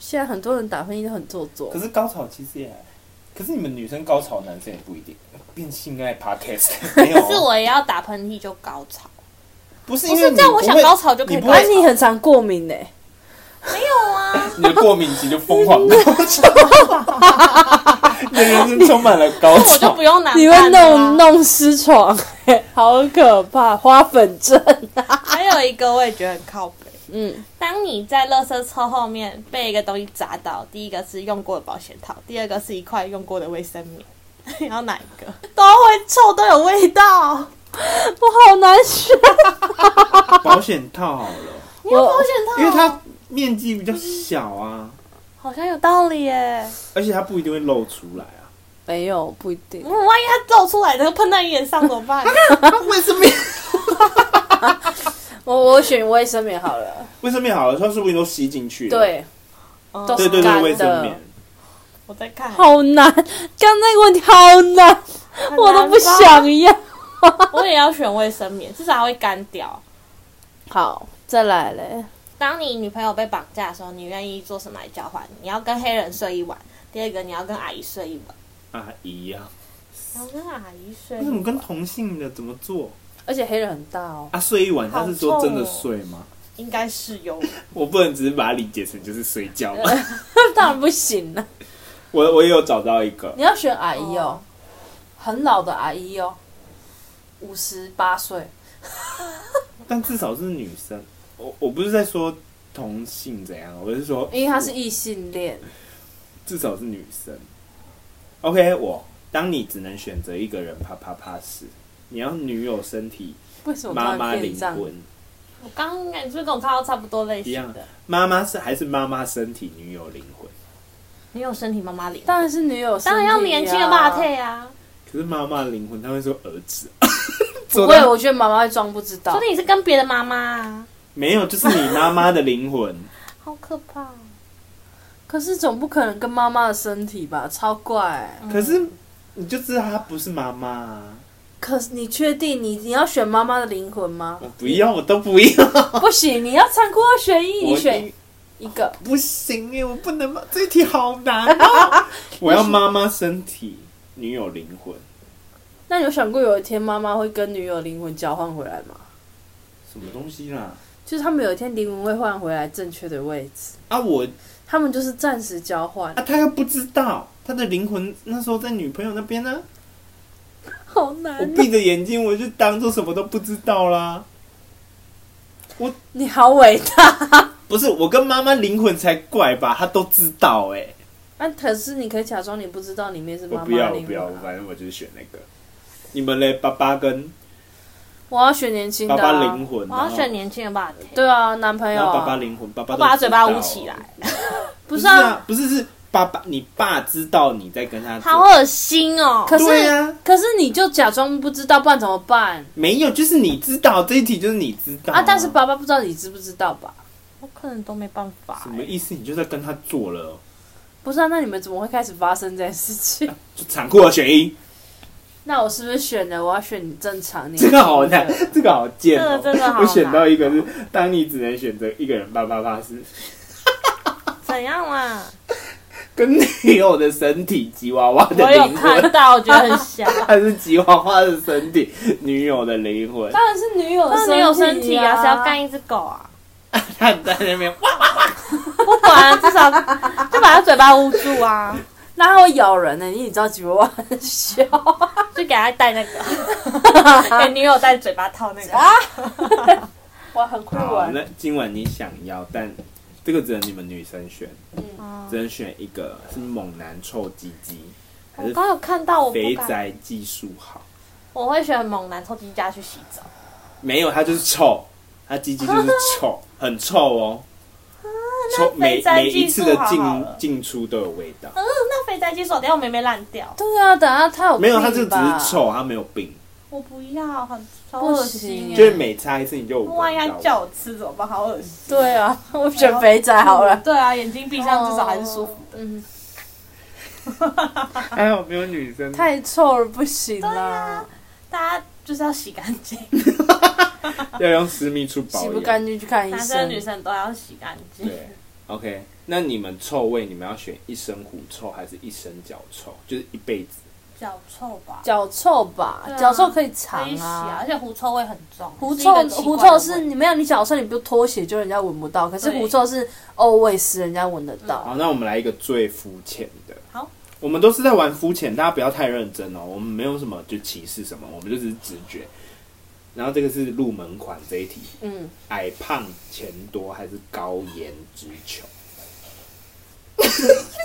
Speaker 2: 现在很多人打喷嚏都很做作
Speaker 1: 可，是高潮其实也还，可是你们女生高潮，男生也不一定变性爱 podcast 没有
Speaker 3: 可是
Speaker 1: 哦，
Speaker 3: 我也要打喷嚏就高潮，
Speaker 1: 不是
Speaker 3: 不
Speaker 1: 因
Speaker 3: 是
Speaker 1: 为
Speaker 3: 这
Speaker 1: 你
Speaker 3: 样，
Speaker 1: 不
Speaker 3: 我想
Speaker 1: 会
Speaker 3: 高潮就可以
Speaker 1: 你
Speaker 3: 高
Speaker 1: 不
Speaker 3: 潮。
Speaker 1: 会
Speaker 2: 而且啊你很常过敏欸呢、
Speaker 3: 没有啊，
Speaker 1: 你的过敏期就疯 狂高潮， 你的人生充满了高
Speaker 3: 我就
Speaker 1: 潮
Speaker 3: 不。用拿、啊。
Speaker 2: 你会弄。弄湿床、欸，好可怕！花粉症，
Speaker 3: 还有一个我也觉得很靠北，
Speaker 2: 嗯，
Speaker 3: 当你在垃圾车后面被一个东西砸到，第一个是用过的保险套，第二个是一块用过的卫生棉， 你要哪一个？都会臭，都有味道。
Speaker 2: 我好难选。
Speaker 1: 保险套好了，
Speaker 3: 你要
Speaker 2: 我
Speaker 3: 保险套？
Speaker 1: 因为它面积比较小啊，
Speaker 3: 好像有道理耶。
Speaker 1: 而且它不一定会露出来啊。
Speaker 2: 没有，不一定
Speaker 3: 嗯，。万一它露出来，这个喷到你脸上怎么办？
Speaker 2: 啊
Speaker 1: 卫生棉，
Speaker 2: 我我选卫生棉好了。
Speaker 1: 卫生棉好了，它说不定都吸进去了。
Speaker 2: 对，
Speaker 3: 嗯
Speaker 2: 都
Speaker 1: 对对
Speaker 2: 干
Speaker 1: 对，
Speaker 2: 的
Speaker 1: 卫生棉。
Speaker 3: 我在看，
Speaker 2: 哦好难，刚那个问题好难，
Speaker 3: 很
Speaker 2: 我都不
Speaker 3: 难吧，
Speaker 2: 想要。
Speaker 3: 我也要选卫生棉，至少它会干掉。
Speaker 2: 好，再来嘞。
Speaker 3: 当你女朋友被绑架的时候，你愿意做什么来交换？你要跟黑人睡一晚，第二个你要跟阿姨睡一晚，
Speaker 1: 阿姨啊，
Speaker 3: 然后哦跟阿姨睡
Speaker 1: 为
Speaker 3: 一
Speaker 1: 什哎么
Speaker 3: 晚，
Speaker 1: 跟同性的怎么做
Speaker 2: 而且黑人很大哦，
Speaker 1: 啊？睡一晚，他是
Speaker 3: 好
Speaker 1: 说
Speaker 3: 臭哦
Speaker 1: 真的睡吗？
Speaker 3: 应该是有。
Speaker 1: 我不能只是把它理解成就是睡觉嘛。
Speaker 2: 当然不行了。
Speaker 1: 我我也有找到一个，
Speaker 2: 你要选阿姨
Speaker 3: 哦
Speaker 2: 哦，很老的阿姨哦，五十八岁。
Speaker 1: 但至少是女生。我我不是在说同性怎样，我是说
Speaker 2: 因为她是异性恋，
Speaker 1: 至少是女生。OK，我当你只能选择一个人啪啪啪时，你要女友身体，
Speaker 2: 为什么
Speaker 1: 妈
Speaker 2: 她
Speaker 1: 妈
Speaker 2: 会
Speaker 1: 灵
Speaker 2: 变这样？
Speaker 1: 魂，
Speaker 3: 我刚刚你是不是跟我看到差不多类
Speaker 1: 一
Speaker 3: 型
Speaker 1: 样
Speaker 3: 的？。
Speaker 1: 妈妈是还是妈妈身体，女友灵魂。
Speaker 3: 你有身体妈妈脸，
Speaker 2: 当然是女友、啊
Speaker 3: 当然要年轻的
Speaker 2: 吧？
Speaker 3: 妈退啊。
Speaker 1: 可是妈妈的灵魂，她会说儿子。
Speaker 2: 不
Speaker 1: 做
Speaker 2: 会，
Speaker 1: 到
Speaker 2: 我觉得妈妈会装不知道
Speaker 3: 说不。定你是跟别的妈妈啊，
Speaker 1: 没有，就是你妈妈的灵 魂。
Speaker 3: 好可怕。
Speaker 2: 可是总不可能跟妈妈的身体吧？超怪欸、
Speaker 3: 嗯
Speaker 1: 可是你就知道她不是妈妈啊！
Speaker 2: 可是你确定你你要选妈妈的灵魂吗？
Speaker 1: 我不要，我都不要。
Speaker 2: 不行，你要残酷二选一，你
Speaker 1: 我
Speaker 2: 选一个。
Speaker 1: 不行哎，我不能吗？这一题好难 啊！我要妈妈身体，女友灵魂。
Speaker 2: 那你有想过有一天妈妈会跟女友灵魂交换回来吗？
Speaker 1: 什么东西啦？
Speaker 2: 就是他们有一天灵魂会换回来正确的位置，
Speaker 1: 啊我
Speaker 2: 他们就是暂时交换
Speaker 1: 啊，，他又不知道他的灵魂那时候在女朋友那边呢、
Speaker 2: 好
Speaker 1: 我
Speaker 2: 难哦、
Speaker 1: 闭着眼睛，我就当做什么都不知道啦。
Speaker 2: 你好伟大，
Speaker 1: 不是我跟妈妈灵魂才怪吧？她都知道哎、
Speaker 2: 那、可是你可以假装你不知道里面是
Speaker 1: 我
Speaker 2: 妈妈
Speaker 1: 不要，
Speaker 2: 的
Speaker 1: 我
Speaker 2: 灵
Speaker 1: 不要，
Speaker 2: 魂
Speaker 1: 我
Speaker 2: 啊、
Speaker 1: 反正我就是选那个。你们嘞，爸爸跟
Speaker 2: 我要选年轻的、
Speaker 1: 爸
Speaker 2: 啊，
Speaker 1: 爸灵魂，
Speaker 3: 我要
Speaker 1: 然后
Speaker 3: 选，年轻的妈退，
Speaker 2: 对啊，男朋友
Speaker 1: 然后爸爸
Speaker 2: 啊，
Speaker 1: 灵魂，爸爸
Speaker 3: 我
Speaker 1: 都
Speaker 3: 把他嘴巴
Speaker 1: 知道
Speaker 3: 捂起来。，
Speaker 1: 不
Speaker 2: 不
Speaker 1: 是
Speaker 2: 是啊，
Speaker 1: 啊，不是是爸爸，你爸知道你在跟他做
Speaker 3: 好恶心哦！
Speaker 2: 可是
Speaker 1: 对啊，
Speaker 2: 可是你就假装不知道，不然怎么办
Speaker 1: 没有，就是你知道这一题就是你知道
Speaker 2: 啊？但是爸爸不知道你知不知道吧？
Speaker 3: 我可能都没办法
Speaker 1: 什
Speaker 3: 欸、
Speaker 1: 么意思？你就在跟他做了，哦
Speaker 2: 不是啊，那你们怎么会开始发生这件 事情？
Speaker 1: 就残酷的选 一，
Speaker 2: 那我是不是选了？我要选你正常年
Speaker 1: 这
Speaker 2: 轻
Speaker 1: 个
Speaker 2: 的？
Speaker 1: 好难，这个好贱哦、
Speaker 3: 这个真的好难
Speaker 1: 我选到一个是，当你只能选择一个人啪啪啪时，
Speaker 3: 怎样啊啦？
Speaker 1: 跟女友的身体吉娃娃的
Speaker 3: 我有
Speaker 1: 灵魂，
Speaker 3: 看到，我觉得很 瞎。
Speaker 1: 还是吉娃娃的身体，女友的灵魂，
Speaker 2: 当然是女友的
Speaker 3: 那
Speaker 2: 身
Speaker 3: 你有身体
Speaker 2: 体
Speaker 3: 啊，谁要干一只狗啊？
Speaker 1: 他在那边哇，
Speaker 3: 不管啊，至少就把它嘴巴捂住啊，
Speaker 2: 那它会咬人呢、你也知道吉娃娃很小，
Speaker 3: 就给它戴那个， 给女友戴嘴巴套那个。
Speaker 2: 哇，很酷
Speaker 1: 好，
Speaker 2: 玩。
Speaker 1: 那今晚你想要，但这个只能你们女生选，
Speaker 3: 嗯
Speaker 1: 只能选一个是猛男臭鸡鸡，还
Speaker 3: 我
Speaker 1: 是
Speaker 3: 刚有看到，我不
Speaker 1: 肥
Speaker 3: 敢，
Speaker 1: 宅技术好？
Speaker 3: 我会选猛男抽鸡家去洗澡。
Speaker 1: 没有，他就是臭，他鸡鸡 就是臭，很臭哦。臭每
Speaker 3: 肥宅
Speaker 1: 每一
Speaker 3: 技
Speaker 1: 次
Speaker 3: 术
Speaker 1: 的
Speaker 3: 好好
Speaker 1: 进
Speaker 3: 了
Speaker 1: 进出都有味道，
Speaker 3: 嗯，那肥宅鸡手等下我妹妹烂掉。
Speaker 2: 对啊，等下它有
Speaker 1: 没有，
Speaker 2: 病
Speaker 1: 他就只
Speaker 2: 吧
Speaker 1: 是，臭，他没有病。
Speaker 3: 我不要，很超
Speaker 2: 不
Speaker 3: 恶
Speaker 2: 行
Speaker 3: 心
Speaker 2: 耶
Speaker 3: 耶。
Speaker 1: 就是每擦一次你就有
Speaker 3: 万一
Speaker 1: 闻
Speaker 3: 他
Speaker 1: 到
Speaker 3: 嗯叫我吃怎么办？好恶心。
Speaker 2: 对啊，我选肥仔好了。
Speaker 3: 对啊，眼睛闭上至少还是舒服。
Speaker 2: 嗯，
Speaker 1: 还有没有女生？
Speaker 2: 太臭了，不行
Speaker 3: 对
Speaker 2: 啦
Speaker 3: 啊，，大家就是要洗干净，
Speaker 1: 要用私密处保
Speaker 2: 洗
Speaker 1: 养。
Speaker 2: 不干净去看医
Speaker 3: 男
Speaker 2: 生
Speaker 3: 生。女生都要洗干净。
Speaker 1: 对，OK。那你们臭味，你们要选一身狐臭还是一身脚臭？就是一辈子。
Speaker 3: 脚臭吧，
Speaker 2: 脚臭吧
Speaker 3: 对，啊
Speaker 2: 脚、臭可以藏
Speaker 3: 可以洗啊，
Speaker 2: 啊
Speaker 3: 而。且狐臭味很重。
Speaker 2: 狐
Speaker 3: 是一
Speaker 2: 臭
Speaker 3: 个，奇
Speaker 2: 狐
Speaker 3: 怪的
Speaker 2: 臭
Speaker 3: 味
Speaker 2: 是你没有你脚臭，你不脱鞋就人家闻不到，可是
Speaker 3: 对嗯
Speaker 2: 狐臭是 always 人家闻得到。
Speaker 1: 好，那我们来一个最肤浅的。
Speaker 3: 好，
Speaker 1: 我们都是在玩肤浅，大家不要太认真哦。我们没有什么就歧视什么，我们就只是直觉。然后这个是入门款这一题，
Speaker 2: 嗯，
Speaker 1: 矮胖钱多还是高颜值 穷？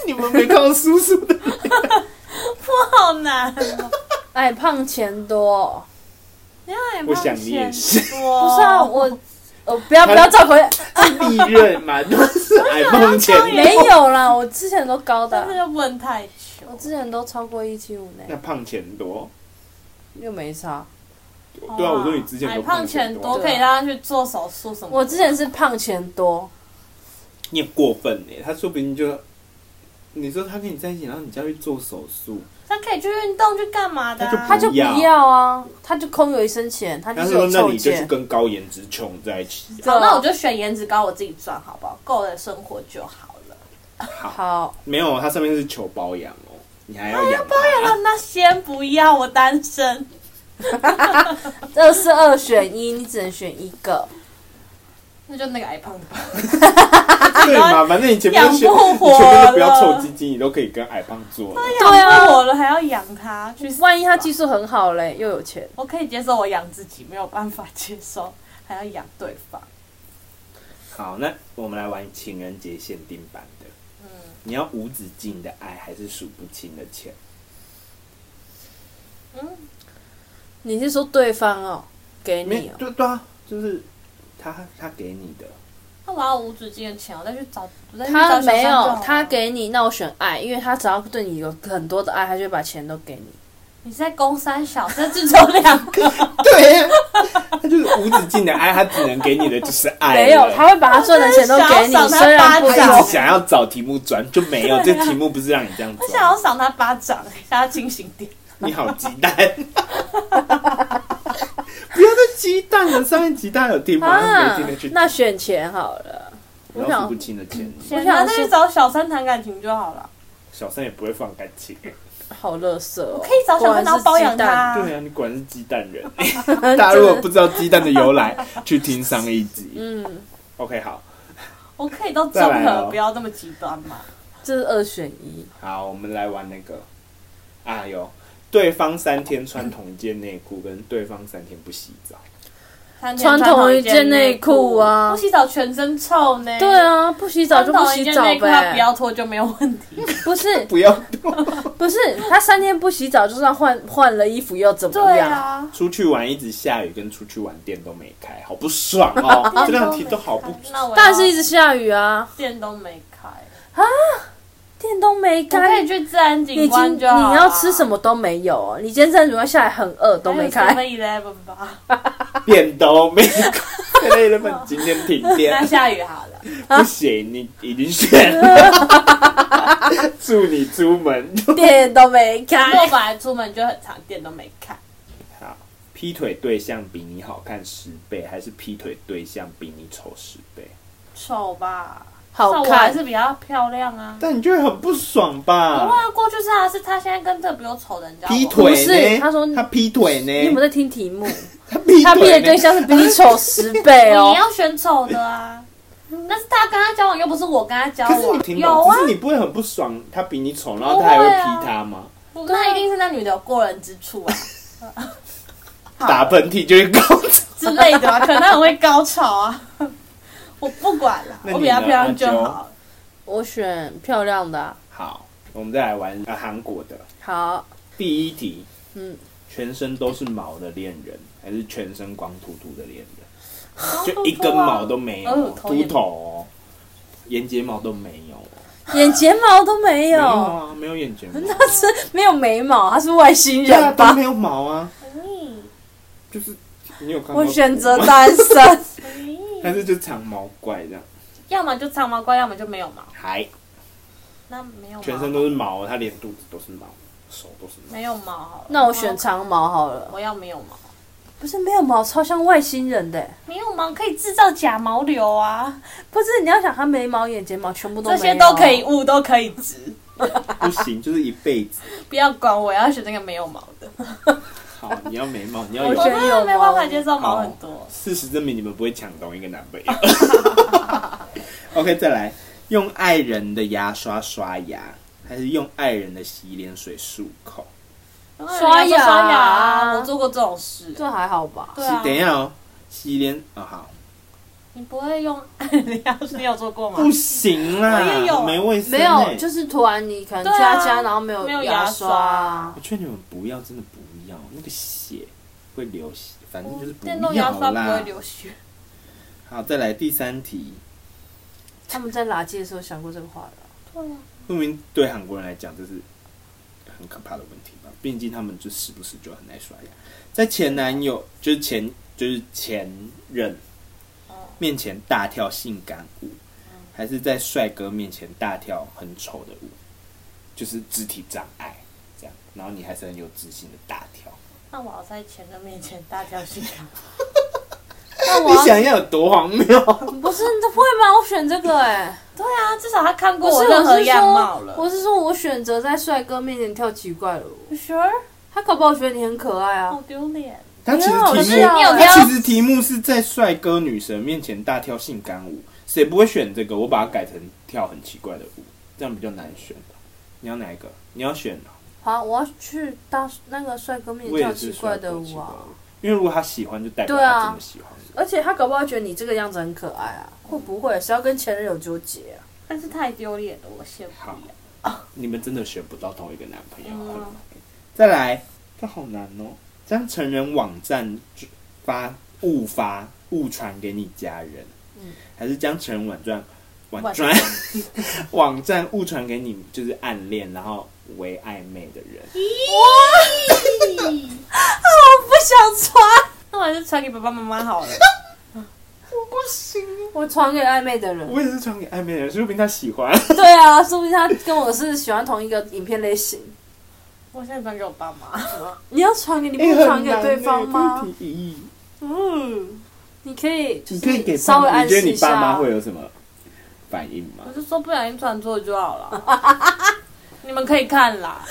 Speaker 1: 你们没看到叔叔的？
Speaker 3: 我好难哦。
Speaker 2: 矮哎胖钱多，
Speaker 3: 你看
Speaker 1: 我想你也是
Speaker 2: 不
Speaker 3: 不
Speaker 2: 是啊，我我不要不要
Speaker 1: 他
Speaker 2: 照回来，
Speaker 1: 利润 嘛，都是矮胖钱多。
Speaker 2: 没有啦，我之前都高的
Speaker 3: 但是
Speaker 2: 啊，
Speaker 3: 又不能太久
Speaker 2: 我。之前都超过一七五
Speaker 1: 那
Speaker 2: 呢，
Speaker 1: 胖钱多，
Speaker 2: 又没差。
Speaker 1: 对啊，我说你之前
Speaker 3: 矮
Speaker 1: 都
Speaker 3: 胖
Speaker 1: 钱
Speaker 3: 哦钱
Speaker 2: 对
Speaker 3: 多，
Speaker 2: 啊
Speaker 3: 可以让他去做手术什么的。
Speaker 2: 我之前是胖钱多，
Speaker 1: 你也过分哎、他说不定就，你说他跟你在一起，然后你就要去做手术，
Speaker 3: 他可以去运动去干嘛的、啊？
Speaker 2: 他
Speaker 1: 他
Speaker 2: 就
Speaker 1: 就
Speaker 2: 不
Speaker 1: 不
Speaker 2: 要啊，他就空有一身钱，他就
Speaker 1: 他
Speaker 2: 是
Speaker 1: 说
Speaker 2: 有
Speaker 1: 那
Speaker 2: 臭
Speaker 1: 你就是
Speaker 2: 钱。
Speaker 1: 跟高颜值穷在一起。啊
Speaker 3: 好，那我就选颜值高，我自己赚好不好？够了生活就好了。
Speaker 2: 好，
Speaker 1: 没有，啊他上面是求包养哦，你还要养包
Speaker 3: 那那先不要，我单身。
Speaker 2: 二是二选一，你只能选一个。
Speaker 3: 那就那个矮胖的吧。
Speaker 1: 啊对嘛？反正你前面
Speaker 3: 养
Speaker 1: 都选，
Speaker 3: 不
Speaker 1: 你前面
Speaker 3: 活
Speaker 1: 都不要
Speaker 3: 了
Speaker 1: 臭鸡鸡，你都可以跟矮胖做了。
Speaker 2: 对啊
Speaker 3: 养不活了还要养它，去死
Speaker 2: 万一他技术很好嘞，又有钱，
Speaker 3: 我可以接受我养自己，没有办法接受还要养对方。
Speaker 1: 好，那我们来玩情人节限定版的。你要无止境的爱，还是数不清的钱？
Speaker 2: 你是说对方哦，给
Speaker 1: 没
Speaker 2: 你哦？
Speaker 1: 对对啊，就是他他给你的，
Speaker 3: 那我要无止境的钱，我再去找，我再去
Speaker 2: 他
Speaker 3: 找小三
Speaker 2: 没
Speaker 3: 就好
Speaker 2: 有
Speaker 3: 了，
Speaker 2: 他。给你，那我选爱，因为他只要对你有很多的爱，他就会把钱都给你。
Speaker 3: 你是在攻三小，这只 有两个。
Speaker 1: 对呀、他就是无止境的爱，他只能给你的就是爱了。
Speaker 2: 没有，他会把他赚的钱都给你，
Speaker 3: 我真的想要赏他
Speaker 2: 虽然不
Speaker 3: 巴
Speaker 1: 他一
Speaker 3: 掌
Speaker 1: 直想要找题目转，就没有。这题目不是让你这样
Speaker 3: 我想要
Speaker 1: 转，
Speaker 3: 赏他巴掌，让他清醒点。
Speaker 1: 你好鸡蛋。 不要再鸡蛋了，上一集大家有听吗？
Speaker 2: 啊
Speaker 1: 没听的去，，
Speaker 2: 那选钱好了。我
Speaker 1: 然后
Speaker 2: 想嗯
Speaker 1: 数不清的钱，
Speaker 2: 想
Speaker 3: 然后再去找小三谈感情就好了。
Speaker 1: 小三也不会放感情。
Speaker 2: 好乐色哦，
Speaker 3: 我可以找小三然后包养他。
Speaker 1: 对啊，你果然是鸡蛋人。
Speaker 2: 果然是鸡蛋。
Speaker 1: 大家如果不知道鸡蛋的由来，去听上一集。
Speaker 2: 嗯，
Speaker 1: OK，好，
Speaker 3: 我可以都综
Speaker 1: 再来
Speaker 3: 合，
Speaker 1: 哦
Speaker 3: 不要这么极端嘛。
Speaker 2: 这是二选一。
Speaker 1: 好，我们来玩那个。啊有，对方三天穿同一件内裤，跟对方三天不洗澡，
Speaker 3: 三天
Speaker 2: 穿同一件内裤啊
Speaker 3: 不洗澡全身臭呢。
Speaker 2: 对，啊，不洗澡就不洗澡
Speaker 3: 内裤他不
Speaker 2: 呗。
Speaker 3: 要脱就没有问 题。
Speaker 2: 不是
Speaker 1: 不要
Speaker 2: 不是，他三天不洗澡，就算换换了衣服又怎么
Speaker 3: 对
Speaker 2: 样？
Speaker 3: 啊，
Speaker 1: 出去玩一直下雨，跟出去玩店都没开，好不爽 哦！这两题都好不，
Speaker 3: 那我要
Speaker 2: 但是一直下雨啊，
Speaker 3: 店都没开，
Speaker 2: 店都没
Speaker 3: 我可
Speaker 2: 开
Speaker 3: 以，去自然景
Speaker 2: 你
Speaker 3: 观
Speaker 2: 今
Speaker 3: 就好了。
Speaker 2: 你要吃什么都没有哦，你今天正主要下来很饿都没开，
Speaker 3: e l e v e n 吧，
Speaker 1: 店都没 开。累了们今天停
Speaker 3: 那
Speaker 1: 电，
Speaker 3: 下雨好 了。
Speaker 1: 不行，你已经选了。 祝你出门
Speaker 2: 店都没
Speaker 3: 因为我
Speaker 2: 开
Speaker 3: 本。来出门就很长，店都没开。
Speaker 1: 好，劈腿对象比你好看十倍，还是劈腿对象比你丑十倍？
Speaker 3: 丑吧，
Speaker 2: 好
Speaker 3: 但我还
Speaker 2: 看，
Speaker 3: 是比较漂亮啊。
Speaker 1: 但你就会很不爽
Speaker 3: 不
Speaker 1: 吧？
Speaker 3: 过过去是啊他是他现在跟这个比我丑的人家
Speaker 1: 啊劈
Speaker 2: 不
Speaker 1: 腿
Speaker 2: 是
Speaker 1: 呢？
Speaker 2: 他说
Speaker 1: 他劈腿
Speaker 2: 你有
Speaker 1: 呢？
Speaker 2: 没有在听题目？
Speaker 1: 他劈
Speaker 2: 他劈的对
Speaker 1: 呢？
Speaker 2: 象是比你丑十倍
Speaker 3: 你
Speaker 2: 哦。
Speaker 3: 要选丑的啊。那是他跟他交往，又不是我跟他
Speaker 1: 嗯
Speaker 3: 交
Speaker 1: 可是你
Speaker 3: 往。
Speaker 1: 听
Speaker 3: 有
Speaker 1: 懂，
Speaker 3: 啊
Speaker 1: 只，是你不会很不爽，他比你丑，然后他还会
Speaker 2: 啊
Speaker 1: 劈他吗？
Speaker 3: 那一定是那女的有过人之处啊 好
Speaker 1: 打喷嚏就会高潮。
Speaker 3: 之类的啊，可能她很会高潮啊。 我不管了，
Speaker 1: 那
Speaker 3: 我
Speaker 1: 你
Speaker 3: 比较
Speaker 1: 呢
Speaker 3: 漂亮就
Speaker 1: 阿啾
Speaker 3: 好了。
Speaker 2: 我选漂亮的啊、
Speaker 1: 好，我们再来玩呃韩国的
Speaker 2: 好，
Speaker 1: 第一题，
Speaker 2: 嗯，
Speaker 1: 全身都是毛的恋人，还是全身光秃秃的恋人？
Speaker 3: 秃秃
Speaker 1: 就
Speaker 3: 啊
Speaker 1: 一根毛都没有哦，
Speaker 3: 哦头
Speaker 1: 秃
Speaker 3: 也
Speaker 1: 头哦，眼睫毛都没有哦。
Speaker 2: 眼睫毛都没
Speaker 1: 没有
Speaker 2: 有，
Speaker 1: 啊，没有眼睫毛，
Speaker 2: 他是没有眉毛，他是外星
Speaker 1: 对啊，
Speaker 2: 人
Speaker 1: 都
Speaker 2: 吧
Speaker 1: 没？有毛啊。
Speaker 3: 嗯
Speaker 1: 就是你有看过
Speaker 2: 我选择单 身。
Speaker 1: 但是就长毛怪这样，
Speaker 3: 要么就长毛怪，要么就没有毛。
Speaker 1: 还
Speaker 3: 那没有毛
Speaker 1: 全身都是毛，他连肚子都是毛，手都是毛。
Speaker 3: 没有毛好了。
Speaker 2: 那我选长毛好了。
Speaker 3: 我要没有毛，
Speaker 2: 不是没有毛，超像外星人的欸。
Speaker 3: 没有毛可以制造假毛流啊，
Speaker 2: 不是，你要想他眉毛、眼睫毛全部都
Speaker 3: 这
Speaker 2: 没有
Speaker 3: 些都可以。雾都可以植，
Speaker 1: 不行，就是一辈子。
Speaker 3: 不要管我，要选那个没有毛的。
Speaker 1: 好，你要眉毛，你要
Speaker 2: 我
Speaker 3: 我
Speaker 1: 有
Speaker 2: 觉得
Speaker 3: 真的没办法接受毛很多。
Speaker 1: 事实证明你们不会抢同一个男朋友。OK，再 来，用爱人的牙刷刷牙，还是用爱人的洗脸水漱口？
Speaker 2: 刷牙
Speaker 3: 刷牙啊，我做过这种事。
Speaker 2: 这还好吧？
Speaker 3: 对啊
Speaker 1: 洗等一下哦，洗脸哦 好，
Speaker 3: 你不会 用？你要你有做过吗？
Speaker 1: 不行啦，
Speaker 3: 我也有
Speaker 1: 没卫生、欸，
Speaker 2: 没有，就是突然你可能去他家，
Speaker 3: 对啊
Speaker 2: 然后没有
Speaker 3: 没有
Speaker 2: 牙
Speaker 3: 牙
Speaker 2: 刷啊
Speaker 3: 刷，
Speaker 1: 我劝你们不要，真的不要，那个血会流血，反正就是不
Speaker 3: 嗯电动牙
Speaker 1: 要
Speaker 3: 刷不会
Speaker 1: 啦。
Speaker 3: 流血。
Speaker 1: 好，再来第三题，
Speaker 2: 他们在垃圾的时候想过这个话的。
Speaker 3: 对啊，
Speaker 1: 说明对韩国人来讲这是很可怕的问题吧？毕竟他们就时不时就很爱刷牙，在前男友就是前就是前任面前大跳性感舞，还是在帅哥面前大跳很丑的舞，就是肢体障碍这样，然后你还是很有自信的大跳。
Speaker 3: 那我要在前任面前大叫新娘，
Speaker 2: 那
Speaker 1: 你
Speaker 2: 我要
Speaker 1: 想要有多荒谬？
Speaker 2: 不是会吗？我选这个哎、
Speaker 3: 对啊，至少他看
Speaker 2: 不
Speaker 3: 过
Speaker 2: 是，
Speaker 3: 任
Speaker 2: 我
Speaker 3: 何
Speaker 2: 是
Speaker 3: 样貌
Speaker 2: 说，
Speaker 3: 了。
Speaker 2: 我是说我选择在帅哥面前跳奇怪的舞，
Speaker 3: sure，
Speaker 2: 他搞不好觉得你很可爱啊
Speaker 3: 好。丢脸。
Speaker 1: 他其实
Speaker 2: 没有可
Speaker 1: 题
Speaker 2: 是啊
Speaker 1: 目，
Speaker 2: 你有
Speaker 1: 他其实题目是在帅哥女神面前大跳性感舞，谁不会选这个？我把它改成跳很奇怪的舞，这样比较难选吧？你要哪一个？你要选啊
Speaker 2: 好，我要去大那个帅哥面
Speaker 1: 我
Speaker 2: 前哎跳
Speaker 1: 也
Speaker 2: 奇
Speaker 1: 是
Speaker 2: 怪
Speaker 1: 帅
Speaker 2: 的
Speaker 1: 哥
Speaker 2: 舞啊！
Speaker 1: 因为如果他喜欢，就代表
Speaker 2: 对啊
Speaker 1: 他真的喜欢我。
Speaker 2: 而且他搞不好觉得你这个样子很可爱啊，会不会是要跟前任有纠结啊？
Speaker 3: 但是太丢脸了，我先不
Speaker 1: 好
Speaker 3: 要。
Speaker 2: 哦
Speaker 1: 你们真的选不到同一个男朋友。
Speaker 3: 嗯
Speaker 1: 好再来，这好难哦。将成人网站发误发误传给你家人，
Speaker 2: 嗯
Speaker 1: 还是将成人网站网
Speaker 3: 网
Speaker 1: 站 网站误传给你就是暗恋然后为暧昧的人？
Speaker 3: 咦，
Speaker 2: 我不想传，
Speaker 3: 那我还是传给爸爸妈妈 好了。
Speaker 1: 我不行，
Speaker 2: 我传给暧昧的人。
Speaker 1: 我也是传给暧昧的人，说不定他喜欢。
Speaker 2: 对啊，说不定他跟我是喜欢同一个影片类型。
Speaker 3: 我现在转给我爸妈。
Speaker 2: 你要传给你不
Speaker 1: 哎
Speaker 2: 传给对方
Speaker 1: 很
Speaker 2: 吗？
Speaker 1: 难耶这一题
Speaker 2: 嗯，你可以就
Speaker 1: 你可以给
Speaker 2: 是稍微
Speaker 1: 爸妈
Speaker 2: 暗
Speaker 1: 你觉
Speaker 2: 示
Speaker 1: 得
Speaker 2: 一
Speaker 1: 你爸
Speaker 2: 下
Speaker 1: 妈
Speaker 2: 啊。
Speaker 1: 会有什么反应吗
Speaker 3: 我？就说不小心传错就好了。 你们可以看啦。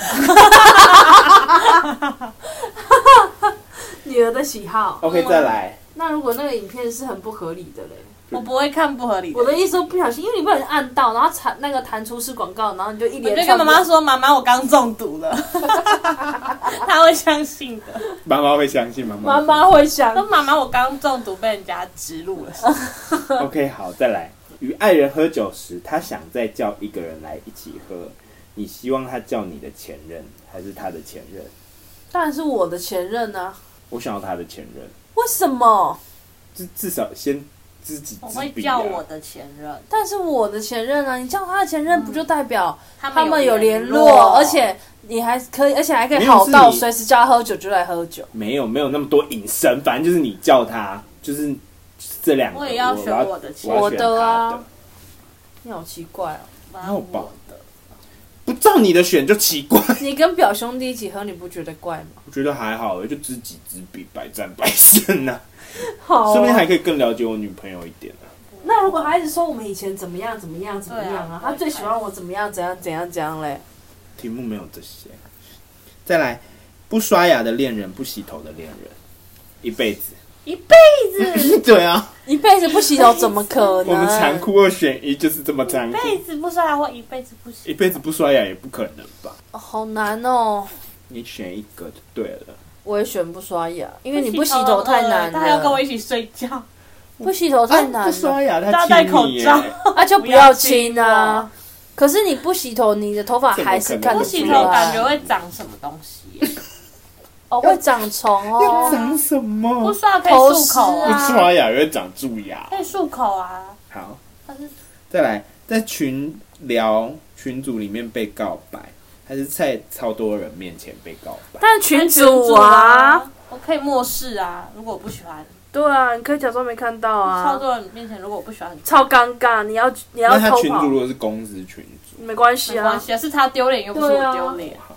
Speaker 2: 女儿的喜好。
Speaker 1: OK，再来，
Speaker 2: 那如果那个影片是很不合理的嘞？
Speaker 3: 我不会看不合理的
Speaker 2: 我。的意思说不小心，因为你不小心按到，然后弹那个弹出是广告，然后你就一
Speaker 3: 我
Speaker 2: 连
Speaker 3: 就
Speaker 2: 串
Speaker 3: 跟
Speaker 2: 的
Speaker 3: 妈妈说：“妈妈，我刚中毒 了。”她会相信的。
Speaker 1: 妈妈会相信吗？
Speaker 2: 妈妈会想
Speaker 3: 说：“妈妈，我刚中毒，被人家植入了。
Speaker 1: OK，好，再来。与爱人喝酒时，他想再叫一个人来一起喝，你希望他叫你的前任还是他的前任？
Speaker 2: 当然是我的前任啊，
Speaker 1: 我想要他的前任，
Speaker 2: 为什么？
Speaker 1: 至至少先知己”
Speaker 3: 我
Speaker 1: 知
Speaker 3: 会
Speaker 1: 彼、啊。
Speaker 3: 叫我的前任，
Speaker 2: 但是我的前任啊，你叫他的前任，不就代表他
Speaker 3: 他
Speaker 2: 们有
Speaker 3: 有
Speaker 2: 联
Speaker 3: 络，
Speaker 2: 而且你还可以，而且还可以
Speaker 1: 没有
Speaker 2: 好到
Speaker 1: 是你
Speaker 2: 随时叫他喝酒就来喝酒。
Speaker 1: 没有没有那么多隐身，反正就是你叫他，就是这两个。
Speaker 3: 我
Speaker 1: 我
Speaker 3: 也要选
Speaker 1: 要
Speaker 3: 我的前
Speaker 1: 我要
Speaker 2: 我
Speaker 1: 选
Speaker 2: 的啊
Speaker 1: 他的
Speaker 2: 你好奇怪哦，
Speaker 3: 妈
Speaker 1: 那我吧
Speaker 3: 我的
Speaker 1: 不照你的选就奇怪。
Speaker 2: 你跟表兄弟一起喝，你不觉得怪吗？
Speaker 1: 我觉得还好，就知己知彼，百战百胜呐、
Speaker 3: 啊
Speaker 2: 好啊
Speaker 1: 说不定还可以更了解我女朋友一点啊。
Speaker 2: 那如果他一直说我们以前怎么样怎么样怎么样啊，
Speaker 3: 对
Speaker 2: 他
Speaker 3: 啊
Speaker 2: 最喜欢我怎么样怎样怎样怎样嘞？
Speaker 1: 题目没有这些。再来，不刷牙的恋人，不洗头的恋人，一辈 子。
Speaker 3: 一辈子
Speaker 1: 对啊，
Speaker 2: 一辈子不洗头怎么可能？
Speaker 1: 我们残酷二选一就是这么残
Speaker 3: 一
Speaker 1: 酷，
Speaker 3: 辈子不刷牙或一辈子不洗
Speaker 1: 一辈子不刷牙也不可能吧？
Speaker 2: 哦好难哦，
Speaker 1: 你选一个就对了。
Speaker 2: 我也选不刷牙，因为你不
Speaker 3: 不
Speaker 2: 洗头太难
Speaker 3: 他还要跟我
Speaker 2: 了，
Speaker 3: 一起睡觉，
Speaker 2: 不洗头太难
Speaker 1: 啊不
Speaker 2: 了，
Speaker 1: 刷牙，他
Speaker 3: 啊大家
Speaker 1: 亲
Speaker 3: 戴
Speaker 1: 你
Speaker 3: 口
Speaker 1: 耶
Speaker 3: 罩，
Speaker 2: 啊就不要亲啊。可是你不洗头，你的头发
Speaker 1: 怎么
Speaker 2: 还是
Speaker 1: 可能
Speaker 2: 看
Speaker 3: 不
Speaker 2: 得
Speaker 3: 洗
Speaker 2: 出
Speaker 3: 头感觉
Speaker 2: 来，
Speaker 3: 会长什么东 西耶，
Speaker 2: 哦会长虫
Speaker 1: 要
Speaker 2: 哦。
Speaker 1: 长什
Speaker 3: 不
Speaker 1: 么？
Speaker 3: 刷牙可以漱口
Speaker 1: 不
Speaker 2: 头虱啊
Speaker 3: 啊，
Speaker 1: 刷牙也会长蛀牙。
Speaker 3: 可以漱口啊，
Speaker 1: 好，
Speaker 3: 但是
Speaker 1: 再来，在群聊群组里面被告白，还是在超多人面前被告白？
Speaker 2: 但群主啊，，
Speaker 3: 我可以漠视啊，如果我不喜欢，
Speaker 2: 对啊，你可以假装没看到
Speaker 3: 操
Speaker 2: 啊，
Speaker 3: 作人面前如果我不喜欢，
Speaker 2: 超尴尬。你要你要
Speaker 1: 那他
Speaker 2: 偷
Speaker 1: 群
Speaker 2: 跑
Speaker 1: 主，如果是公司群主，
Speaker 2: 没关系
Speaker 3: 没
Speaker 2: 啊
Speaker 3: 关。系啊，是他丢脸又不是
Speaker 2: 对啊
Speaker 3: 我丢 脸。
Speaker 1: 好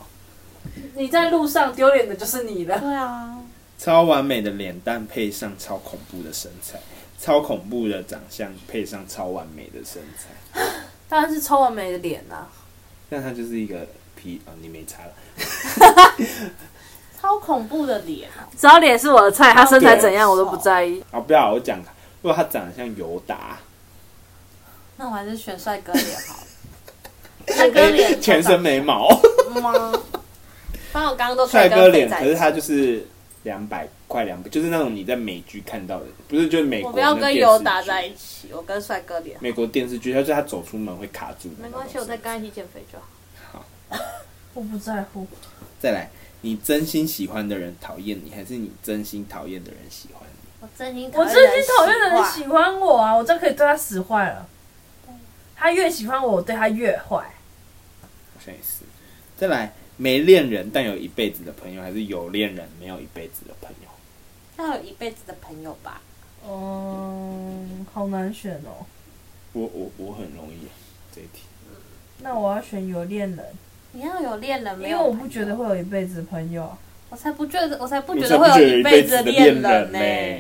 Speaker 2: 你在路上丢脸的就是你的。
Speaker 3: 对啊，
Speaker 1: 超完美的脸蛋配上超恐怖的身材，超恐怖的长相配上超完美的身材，
Speaker 2: 当然是超完美的脸啊。
Speaker 1: 那他就是一个皮啊、你没差了。
Speaker 3: 超恐怖的脸啊，
Speaker 2: 只要脸是我的菜，他身材怎样我都不在意。
Speaker 1: 啊，不要我讲，如果他长得像尤达，
Speaker 3: 那我还是选帅哥脸好了。 帅哥脸，
Speaker 1: 哎全身眉毛，
Speaker 3: 吗？ 反正我刚刚 都
Speaker 1: 帅哥脸，
Speaker 3: 配在
Speaker 1: 可
Speaker 3: 一起
Speaker 1: 是他就是两百快两百，就是那种你在美剧看到的，不是就是美
Speaker 3: 我
Speaker 1: 国
Speaker 3: 不要
Speaker 1: 那
Speaker 3: 跟
Speaker 1: 电视
Speaker 3: 尤
Speaker 1: 剧
Speaker 3: 达在一起，我跟帅哥脸。
Speaker 1: 美国电视剧，就是他走出门会卡住的那
Speaker 3: 没
Speaker 1: 种。
Speaker 3: 关系，我再跟他一起减肥就好。
Speaker 2: 我不在乎。
Speaker 1: 再来，你真心喜欢的人讨厌你，还是你真心讨厌的人喜欢你？
Speaker 3: 我真心，
Speaker 2: 我真心讨厌的人喜欢我啊，我真可以对他使坏了。他越喜欢我，我对他越坏。
Speaker 1: 好像也是。再来，没恋人但有一辈子的朋友，还是有恋人没有一辈子的朋友？
Speaker 3: 要有一辈子的朋友吧。
Speaker 2: 嗯，好难选哦。
Speaker 1: 我我我很容易这一题，
Speaker 2: 那我要选有恋人，
Speaker 3: 你要有恋人，
Speaker 2: 因
Speaker 3: 没
Speaker 2: 为
Speaker 3: 有？
Speaker 2: 我不觉得，会有一辈子的朋友。
Speaker 3: 我才不觉得，我才不
Speaker 1: 你
Speaker 3: 觉
Speaker 1: 才
Speaker 3: 得
Speaker 1: 不
Speaker 3: 会
Speaker 1: 觉得
Speaker 3: 有
Speaker 1: 一
Speaker 3: 辈
Speaker 1: 辈
Speaker 3: 子的
Speaker 1: 的
Speaker 3: 恋欸
Speaker 1: 人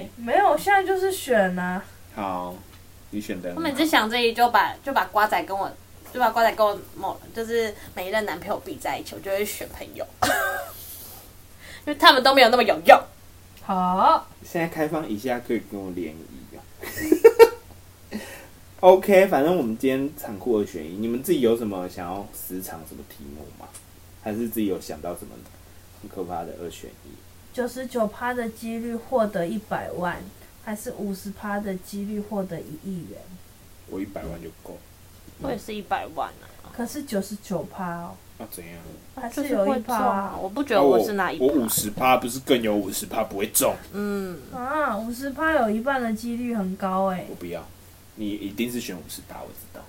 Speaker 3: 呢、
Speaker 2: 没有，现在就是选啊。
Speaker 1: 好，你选的
Speaker 3: 我每次想这一就把就把瓜仔跟我就把瓜仔跟我某就是每一任男朋友比在一起，我就会选朋友，因为他们都没有那么有用。
Speaker 2: 好，
Speaker 1: 现在开放一下，可以跟我联谊啊。OK，反正我们今天残酷二选一，你们自己有什么想要时长什么题目吗？还是自己有想到什么很可怕的二选一？
Speaker 2: 九十九趴的几率获得一百万，还是五十趴的几率获得一亿元？
Speaker 1: 我一百万就够，
Speaker 3: 我也是一百万啊，
Speaker 2: 可是九十九趴哦，
Speaker 1: 那、怎样？
Speaker 2: 还
Speaker 3: 就是是
Speaker 2: 有
Speaker 3: 会
Speaker 2: 一
Speaker 3: 中
Speaker 2: 趴
Speaker 3: 啊
Speaker 2: 啊。
Speaker 3: 我不觉
Speaker 1: 那
Speaker 3: 得
Speaker 1: 我
Speaker 3: 是哪一
Speaker 1: 啊我
Speaker 3: 趴。
Speaker 1: 五十趴不是更有五十趴不会中？
Speaker 3: 嗯，
Speaker 2: 啊，五十趴有一半的几率很高哎、
Speaker 1: 我不要，你一定是选五十趴，我知道。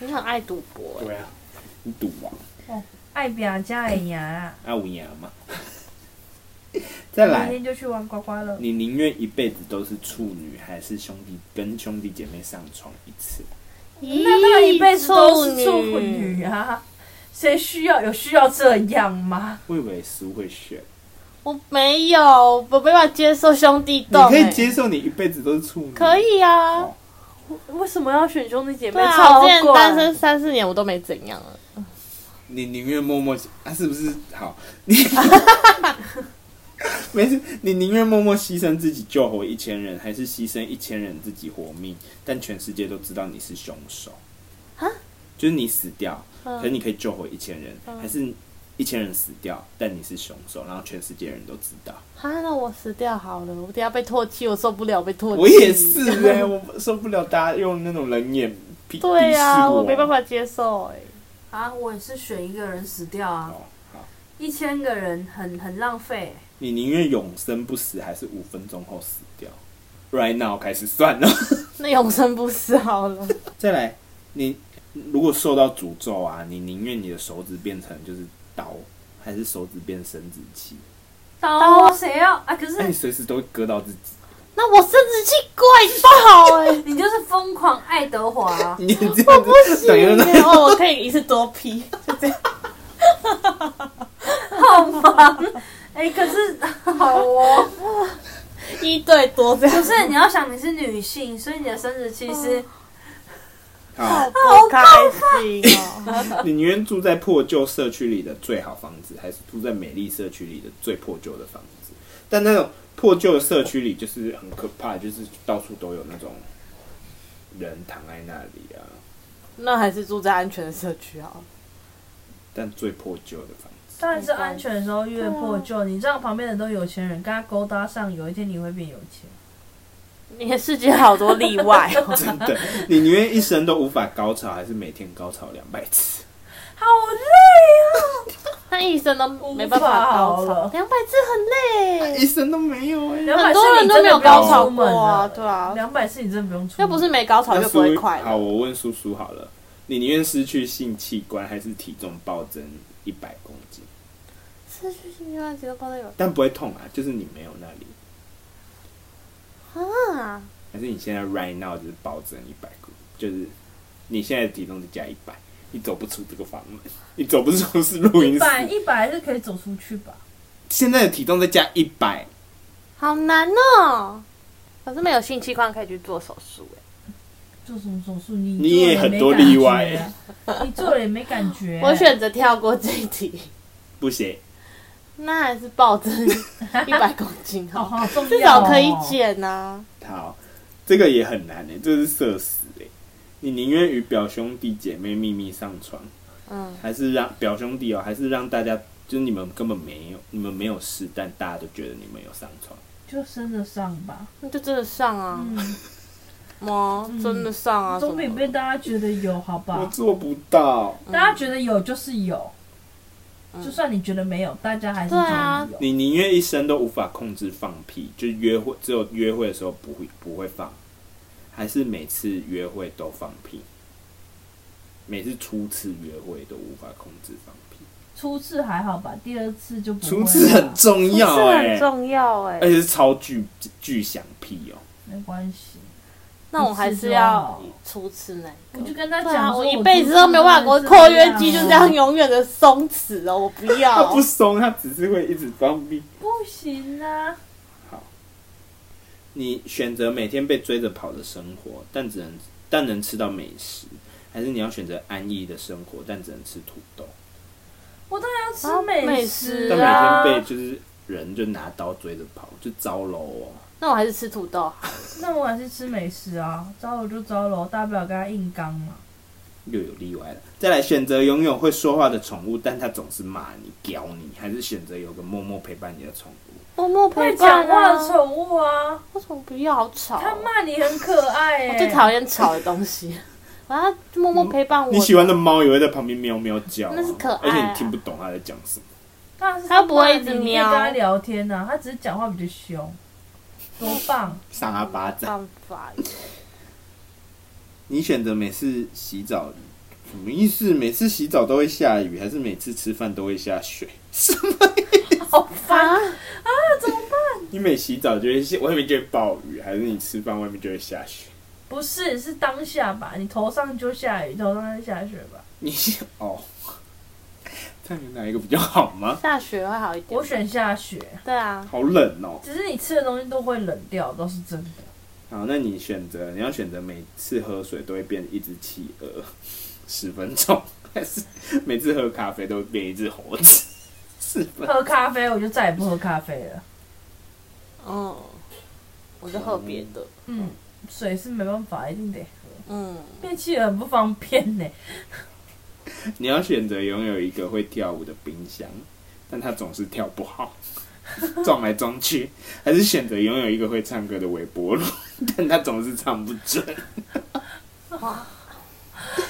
Speaker 3: 你很爱赌博、欸，
Speaker 1: 对啊，你赌王，
Speaker 2: 爱表加哎呀，
Speaker 1: 那我赢 嘛。再来
Speaker 2: 明，天就去玩刮刮乐。
Speaker 1: 你宁愿一辈子都是处女，还是兄弟跟兄弟姐妹上床一次？
Speaker 2: 那他一辈子都是处
Speaker 3: 处
Speaker 2: 女啊，谁需要有需要这样吗？
Speaker 1: 我以为苏会选，
Speaker 3: 我没有，我没办法接受兄弟
Speaker 1: 你
Speaker 3: 洞、
Speaker 1: 可以
Speaker 3: 欸
Speaker 1: 接受你一辈子都是处女，
Speaker 3: 可以啊
Speaker 1: 哦。，
Speaker 2: 为什么要选兄弟姐妹？
Speaker 3: 对啊，
Speaker 2: 超
Speaker 3: 我之前单身
Speaker 2: 怪。
Speaker 3: 三四年，我都没怎样啊。
Speaker 1: 你宁愿默默，啊，是不是好？ 你没事，你宁愿默默牺牲自己救活一千人，还是牺牲一千人自己活命，但全世界都知道你是凶手？
Speaker 3: 啊，
Speaker 1: 就是你死掉，可是
Speaker 3: 嗯，
Speaker 1: 你可以救活一千人，
Speaker 3: 嗯
Speaker 1: 还是一千人死掉，但你是凶手，然后全世界人都知道？
Speaker 3: 啊，那我死掉好了，我等下被唾弃，我受不了被唾弃。
Speaker 1: 我也。是哎、我受不了大家用那种冷眼鄙
Speaker 3: 对
Speaker 1: 鄙
Speaker 3: 啊，
Speaker 1: 视我
Speaker 3: 我没办。法接受 哎、
Speaker 2: 啊，我也是选一个人死掉啊
Speaker 1: 哦，好，
Speaker 2: 一千个人很很浪费、欸
Speaker 1: 你宁愿永生不死，还是五分钟后死掉？Right now 开始算了。
Speaker 3: 那永生不死好了。
Speaker 1: 再来，你如果受到诅咒啊，你宁愿你的手指变成就是刀，还是手指变生殖器？
Speaker 2: 刀谁要啊？可是
Speaker 1: 那你随时都会割到自己。
Speaker 3: 那我生殖器怪爆哎、
Speaker 2: 你就是疯狂爱德华、
Speaker 1: 你这样子 等于那
Speaker 3: 然哦后我可以一次多批，
Speaker 2: 好吗？哎、可是好哦，
Speaker 3: 一对多这样
Speaker 2: 不。是你要想你是女性，所以你的生殖器
Speaker 3: 哦
Speaker 2: 是
Speaker 1: 好，
Speaker 3: 不开心哦！
Speaker 1: 你宁愿住在破旧社区里的最好房子，还是住在美丽社区里的最破旧的房子？但那种破旧的社区里就是很可怕，就是到处都有那种人躺在那里啊。
Speaker 3: 那还是住在安全的社区好了。
Speaker 1: 但最破旧的房 子，
Speaker 2: 当然是安全的时候越破
Speaker 3: 啊
Speaker 2: 旧，你这样旁边的都有钱人，跟他勾搭上，有一天你会变有钱。
Speaker 3: 你的世界好多例 外哦。
Speaker 1: 真的，你宁愿一生都无法高潮，还是每天高潮两百次？
Speaker 2: 好累啊！
Speaker 3: 那一生都没办法高
Speaker 2: 无法好了
Speaker 3: 潮，两百次很累，
Speaker 1: 一生都没有哎、
Speaker 2: 两百
Speaker 3: 很多人都没有高潮过啊，
Speaker 2: 啊，
Speaker 3: 对啊，
Speaker 2: 两百次你真的不用出门，
Speaker 3: 要不是没高潮
Speaker 1: 那
Speaker 3: 就不会
Speaker 1: 苏
Speaker 3: 快
Speaker 1: 好，
Speaker 3: 乐。
Speaker 1: 我问叔叔好了，你宁愿失去性器官，还是体重暴增一百公斤？
Speaker 3: 失去性阶段极度暴躁有
Speaker 1: 但不会痛啊，就是你没有那里，
Speaker 3: 啊，
Speaker 1: 还是你现在 right now 就是暴增一百公，就是你现在的体重是加一百，你走不出这个房门，你走不出是录音
Speaker 2: 一百
Speaker 1: 室，
Speaker 2: 一百还是可以走出去吧？
Speaker 1: 现在的体重再加一百，
Speaker 3: 好难哦。可是没有性器官可以去做手术哎、
Speaker 2: 做什么手术你
Speaker 1: 你也很多例外
Speaker 2: 做啊了也没感觉啊，你做了也没感觉。
Speaker 3: 我选择跳过这一题，
Speaker 1: 不行，
Speaker 3: 那还是暴 增一百公斤
Speaker 2: 好
Speaker 3: 好，
Speaker 2: 好重要、哦，
Speaker 3: 至少可以。减啊呐、
Speaker 1: 好，这个也很难呢、欸这是社死哎、你宁愿与表兄弟姐妹秘密上床，
Speaker 3: 嗯，
Speaker 1: 还是让表兄弟哦，还是让大家就是你们根本没有，你们没有事，但大家都觉得你们有上床。
Speaker 2: 就升得上吧，
Speaker 3: 那就真的上啊，
Speaker 2: 嗯，
Speaker 3: 妈、
Speaker 2: 嗯
Speaker 3: 真的上啊，
Speaker 2: 总比
Speaker 3: 什么
Speaker 2: 被
Speaker 3: 的
Speaker 2: 大家觉得有好
Speaker 1: 我
Speaker 2: 吧？
Speaker 1: 做不到。
Speaker 2: 大家觉得有就是有，
Speaker 3: 嗯
Speaker 2: 就算你觉得没有，大家还是觉
Speaker 3: 对
Speaker 2: 得
Speaker 3: 啊
Speaker 2: 有。
Speaker 1: 你宁愿一生都无法控制放屁，就是约会只有约会的时候不会不会放，还是每次约会都放屁？每次初次约会都无法控制放屁，
Speaker 2: 初次还好吧，第二次就不会
Speaker 1: 初
Speaker 2: 了
Speaker 1: 次很重
Speaker 3: 不
Speaker 1: 要
Speaker 3: 是
Speaker 1: 哎、
Speaker 3: 很重要哎、
Speaker 1: 而且是超巨巨响屁哦、
Speaker 2: 没关系。
Speaker 3: 那我还是要初次那
Speaker 2: 我
Speaker 3: 一
Speaker 2: 就
Speaker 3: 个。
Speaker 2: 跟他
Speaker 3: 对啊，
Speaker 2: 讲说，
Speaker 3: 我一辈子都没有办法，我括约
Speaker 2: 啊
Speaker 3: 肌就这样永远的松弛哦，我不
Speaker 1: 它
Speaker 3: 要
Speaker 1: 不。松，它只是会一直放屁。
Speaker 2: 不行啊。
Speaker 1: 你选择每天被追着跑的生活，但只能但能吃到美食，还是你要选择安逸的生活，但只能吃土豆？
Speaker 2: 我当然要
Speaker 3: 啊
Speaker 2: 吃美
Speaker 3: 美
Speaker 2: 食
Speaker 3: 食
Speaker 1: 但
Speaker 2: 啊！
Speaker 1: 每天被就是人就拿刀追着跑，就糟喽哦。
Speaker 3: 那我还是吃土豆。啊
Speaker 2: 那我还是吃美食啊，糟了就糟了，大不了跟他硬刚嘛。
Speaker 1: 又有例外了。再来选择拥有会说话的宠物，但它总是骂你、屌你，还是选择有个默默陪伴你的宠物？
Speaker 3: 默默陪
Speaker 2: 会
Speaker 3: 伴
Speaker 2: 讲话的
Speaker 3: 啊！哦
Speaker 2: 宠物啊，
Speaker 3: 为什么不要？好吵哦！
Speaker 2: 它骂你很可爱、欸。
Speaker 3: 我最讨厌吵的东西。 我要默默陪伴我。
Speaker 1: 你喜欢的猫也会在旁边喵喵叫、啊，
Speaker 3: 那是可爱啊
Speaker 1: 而且你听不懂它在讲什么。
Speaker 2: 当然是
Speaker 3: 它不会一直
Speaker 2: 骂你你
Speaker 3: 喵
Speaker 2: 可以跟它聊天呐、啊，它只是讲话比较凶，多棒！
Speaker 1: 赏它巴
Speaker 3: 没
Speaker 1: 掌。
Speaker 3: 办法，
Speaker 1: 你选择每次洗澡什么意思？每次洗澡都会下雨，还是每次吃饭都会下雪？什么？
Speaker 2: 好烦，
Speaker 3: 啊，
Speaker 1: 你每洗澡就会下外面就会暴雨，还是你吃饭外面就会下雪？
Speaker 2: 不是是当下吧？你头上就下雨，头上就下雪吧？
Speaker 1: 你哦，看有哪一个比较好吗？
Speaker 3: 下雪会好一点。
Speaker 2: 我选下雪，
Speaker 3: 对啊，
Speaker 1: 好冷哦。
Speaker 2: 只是你吃的东西都会冷掉，倒是真的。
Speaker 1: 好，那你选择你要选择每次喝水都会变一只企鹅十分钟，还是每次喝咖啡都会变一只猴子十分？
Speaker 2: 喝咖啡我就再也不喝咖啡了。
Speaker 3: 嗯，我就喝别的。
Speaker 2: 嗯，水是没办法，一定得喝。
Speaker 3: 嗯，
Speaker 2: 变气很不方便呢、
Speaker 1: 你要选择拥有一个会跳舞的冰箱，但它总是跳不好， 撞来撞去；还是选择拥有一个会唱歌的微波炉， 但它总是唱不准。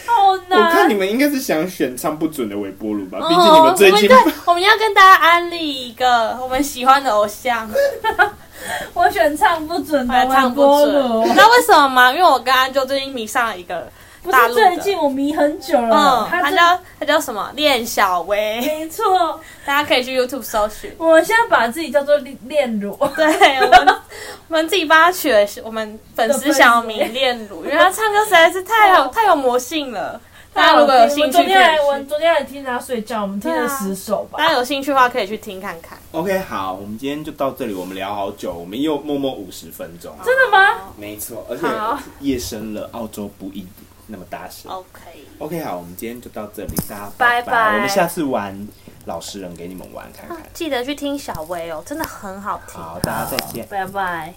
Speaker 2: 好
Speaker 1: 我看
Speaker 2: 难
Speaker 1: 你。们应该是想选唱不准的微波炉吧，
Speaker 3: 哦
Speaker 1: 啊毕竟你们最近
Speaker 3: 我 们对，我们要跟大家安利一个我们喜欢的偶像。
Speaker 2: 我选唱不准的哦
Speaker 3: 还
Speaker 2: 微
Speaker 3: 哎唱不
Speaker 2: 波
Speaker 3: 准，
Speaker 2: 炉
Speaker 3: 你知。道为什么吗？因为我跟安啾最近迷上了一个
Speaker 2: 不
Speaker 3: 大
Speaker 2: 是
Speaker 3: 陆的，
Speaker 2: 最近我迷很久了
Speaker 3: 嗯，，
Speaker 2: 他
Speaker 3: 他
Speaker 2: 真
Speaker 3: 叫他叫什么？练小薇，
Speaker 2: 没错，
Speaker 3: 大家可以去 YouTube 搜寻。
Speaker 2: 我现在把自己叫做炼乳，
Speaker 3: 对我们， 我们自己帮他取了我们粉丝哦小名恋乳，因为他唱歌实在是太有太有魔性了。大家如果有兴
Speaker 2: 哦
Speaker 3: 趣
Speaker 2: 我们昨
Speaker 3: 可以
Speaker 2: 天还我们
Speaker 3: 去，
Speaker 2: 昨天还听他睡觉，我们听了
Speaker 3: 对啊
Speaker 2: 十首吧
Speaker 3: 大。家有兴趣的话可以去听看看。
Speaker 1: OK，好，我们今天就到这里，我们聊好久，我们又默默五十分钟。啊
Speaker 2: 真的吗？
Speaker 1: 没错，而
Speaker 3: 好
Speaker 1: 且夜深了，澳洲不宜那么大声。
Speaker 3: OK，
Speaker 1: OK，好，我们今天就到这里，大家
Speaker 3: 拜
Speaker 1: 拜
Speaker 3: 拜
Speaker 1: 我们下次玩老实
Speaker 3: 啊
Speaker 1: 人给你们玩看看。
Speaker 3: 记得去听小薇哦，真的很好听。
Speaker 1: 好，大家再见。
Speaker 3: 拜拜。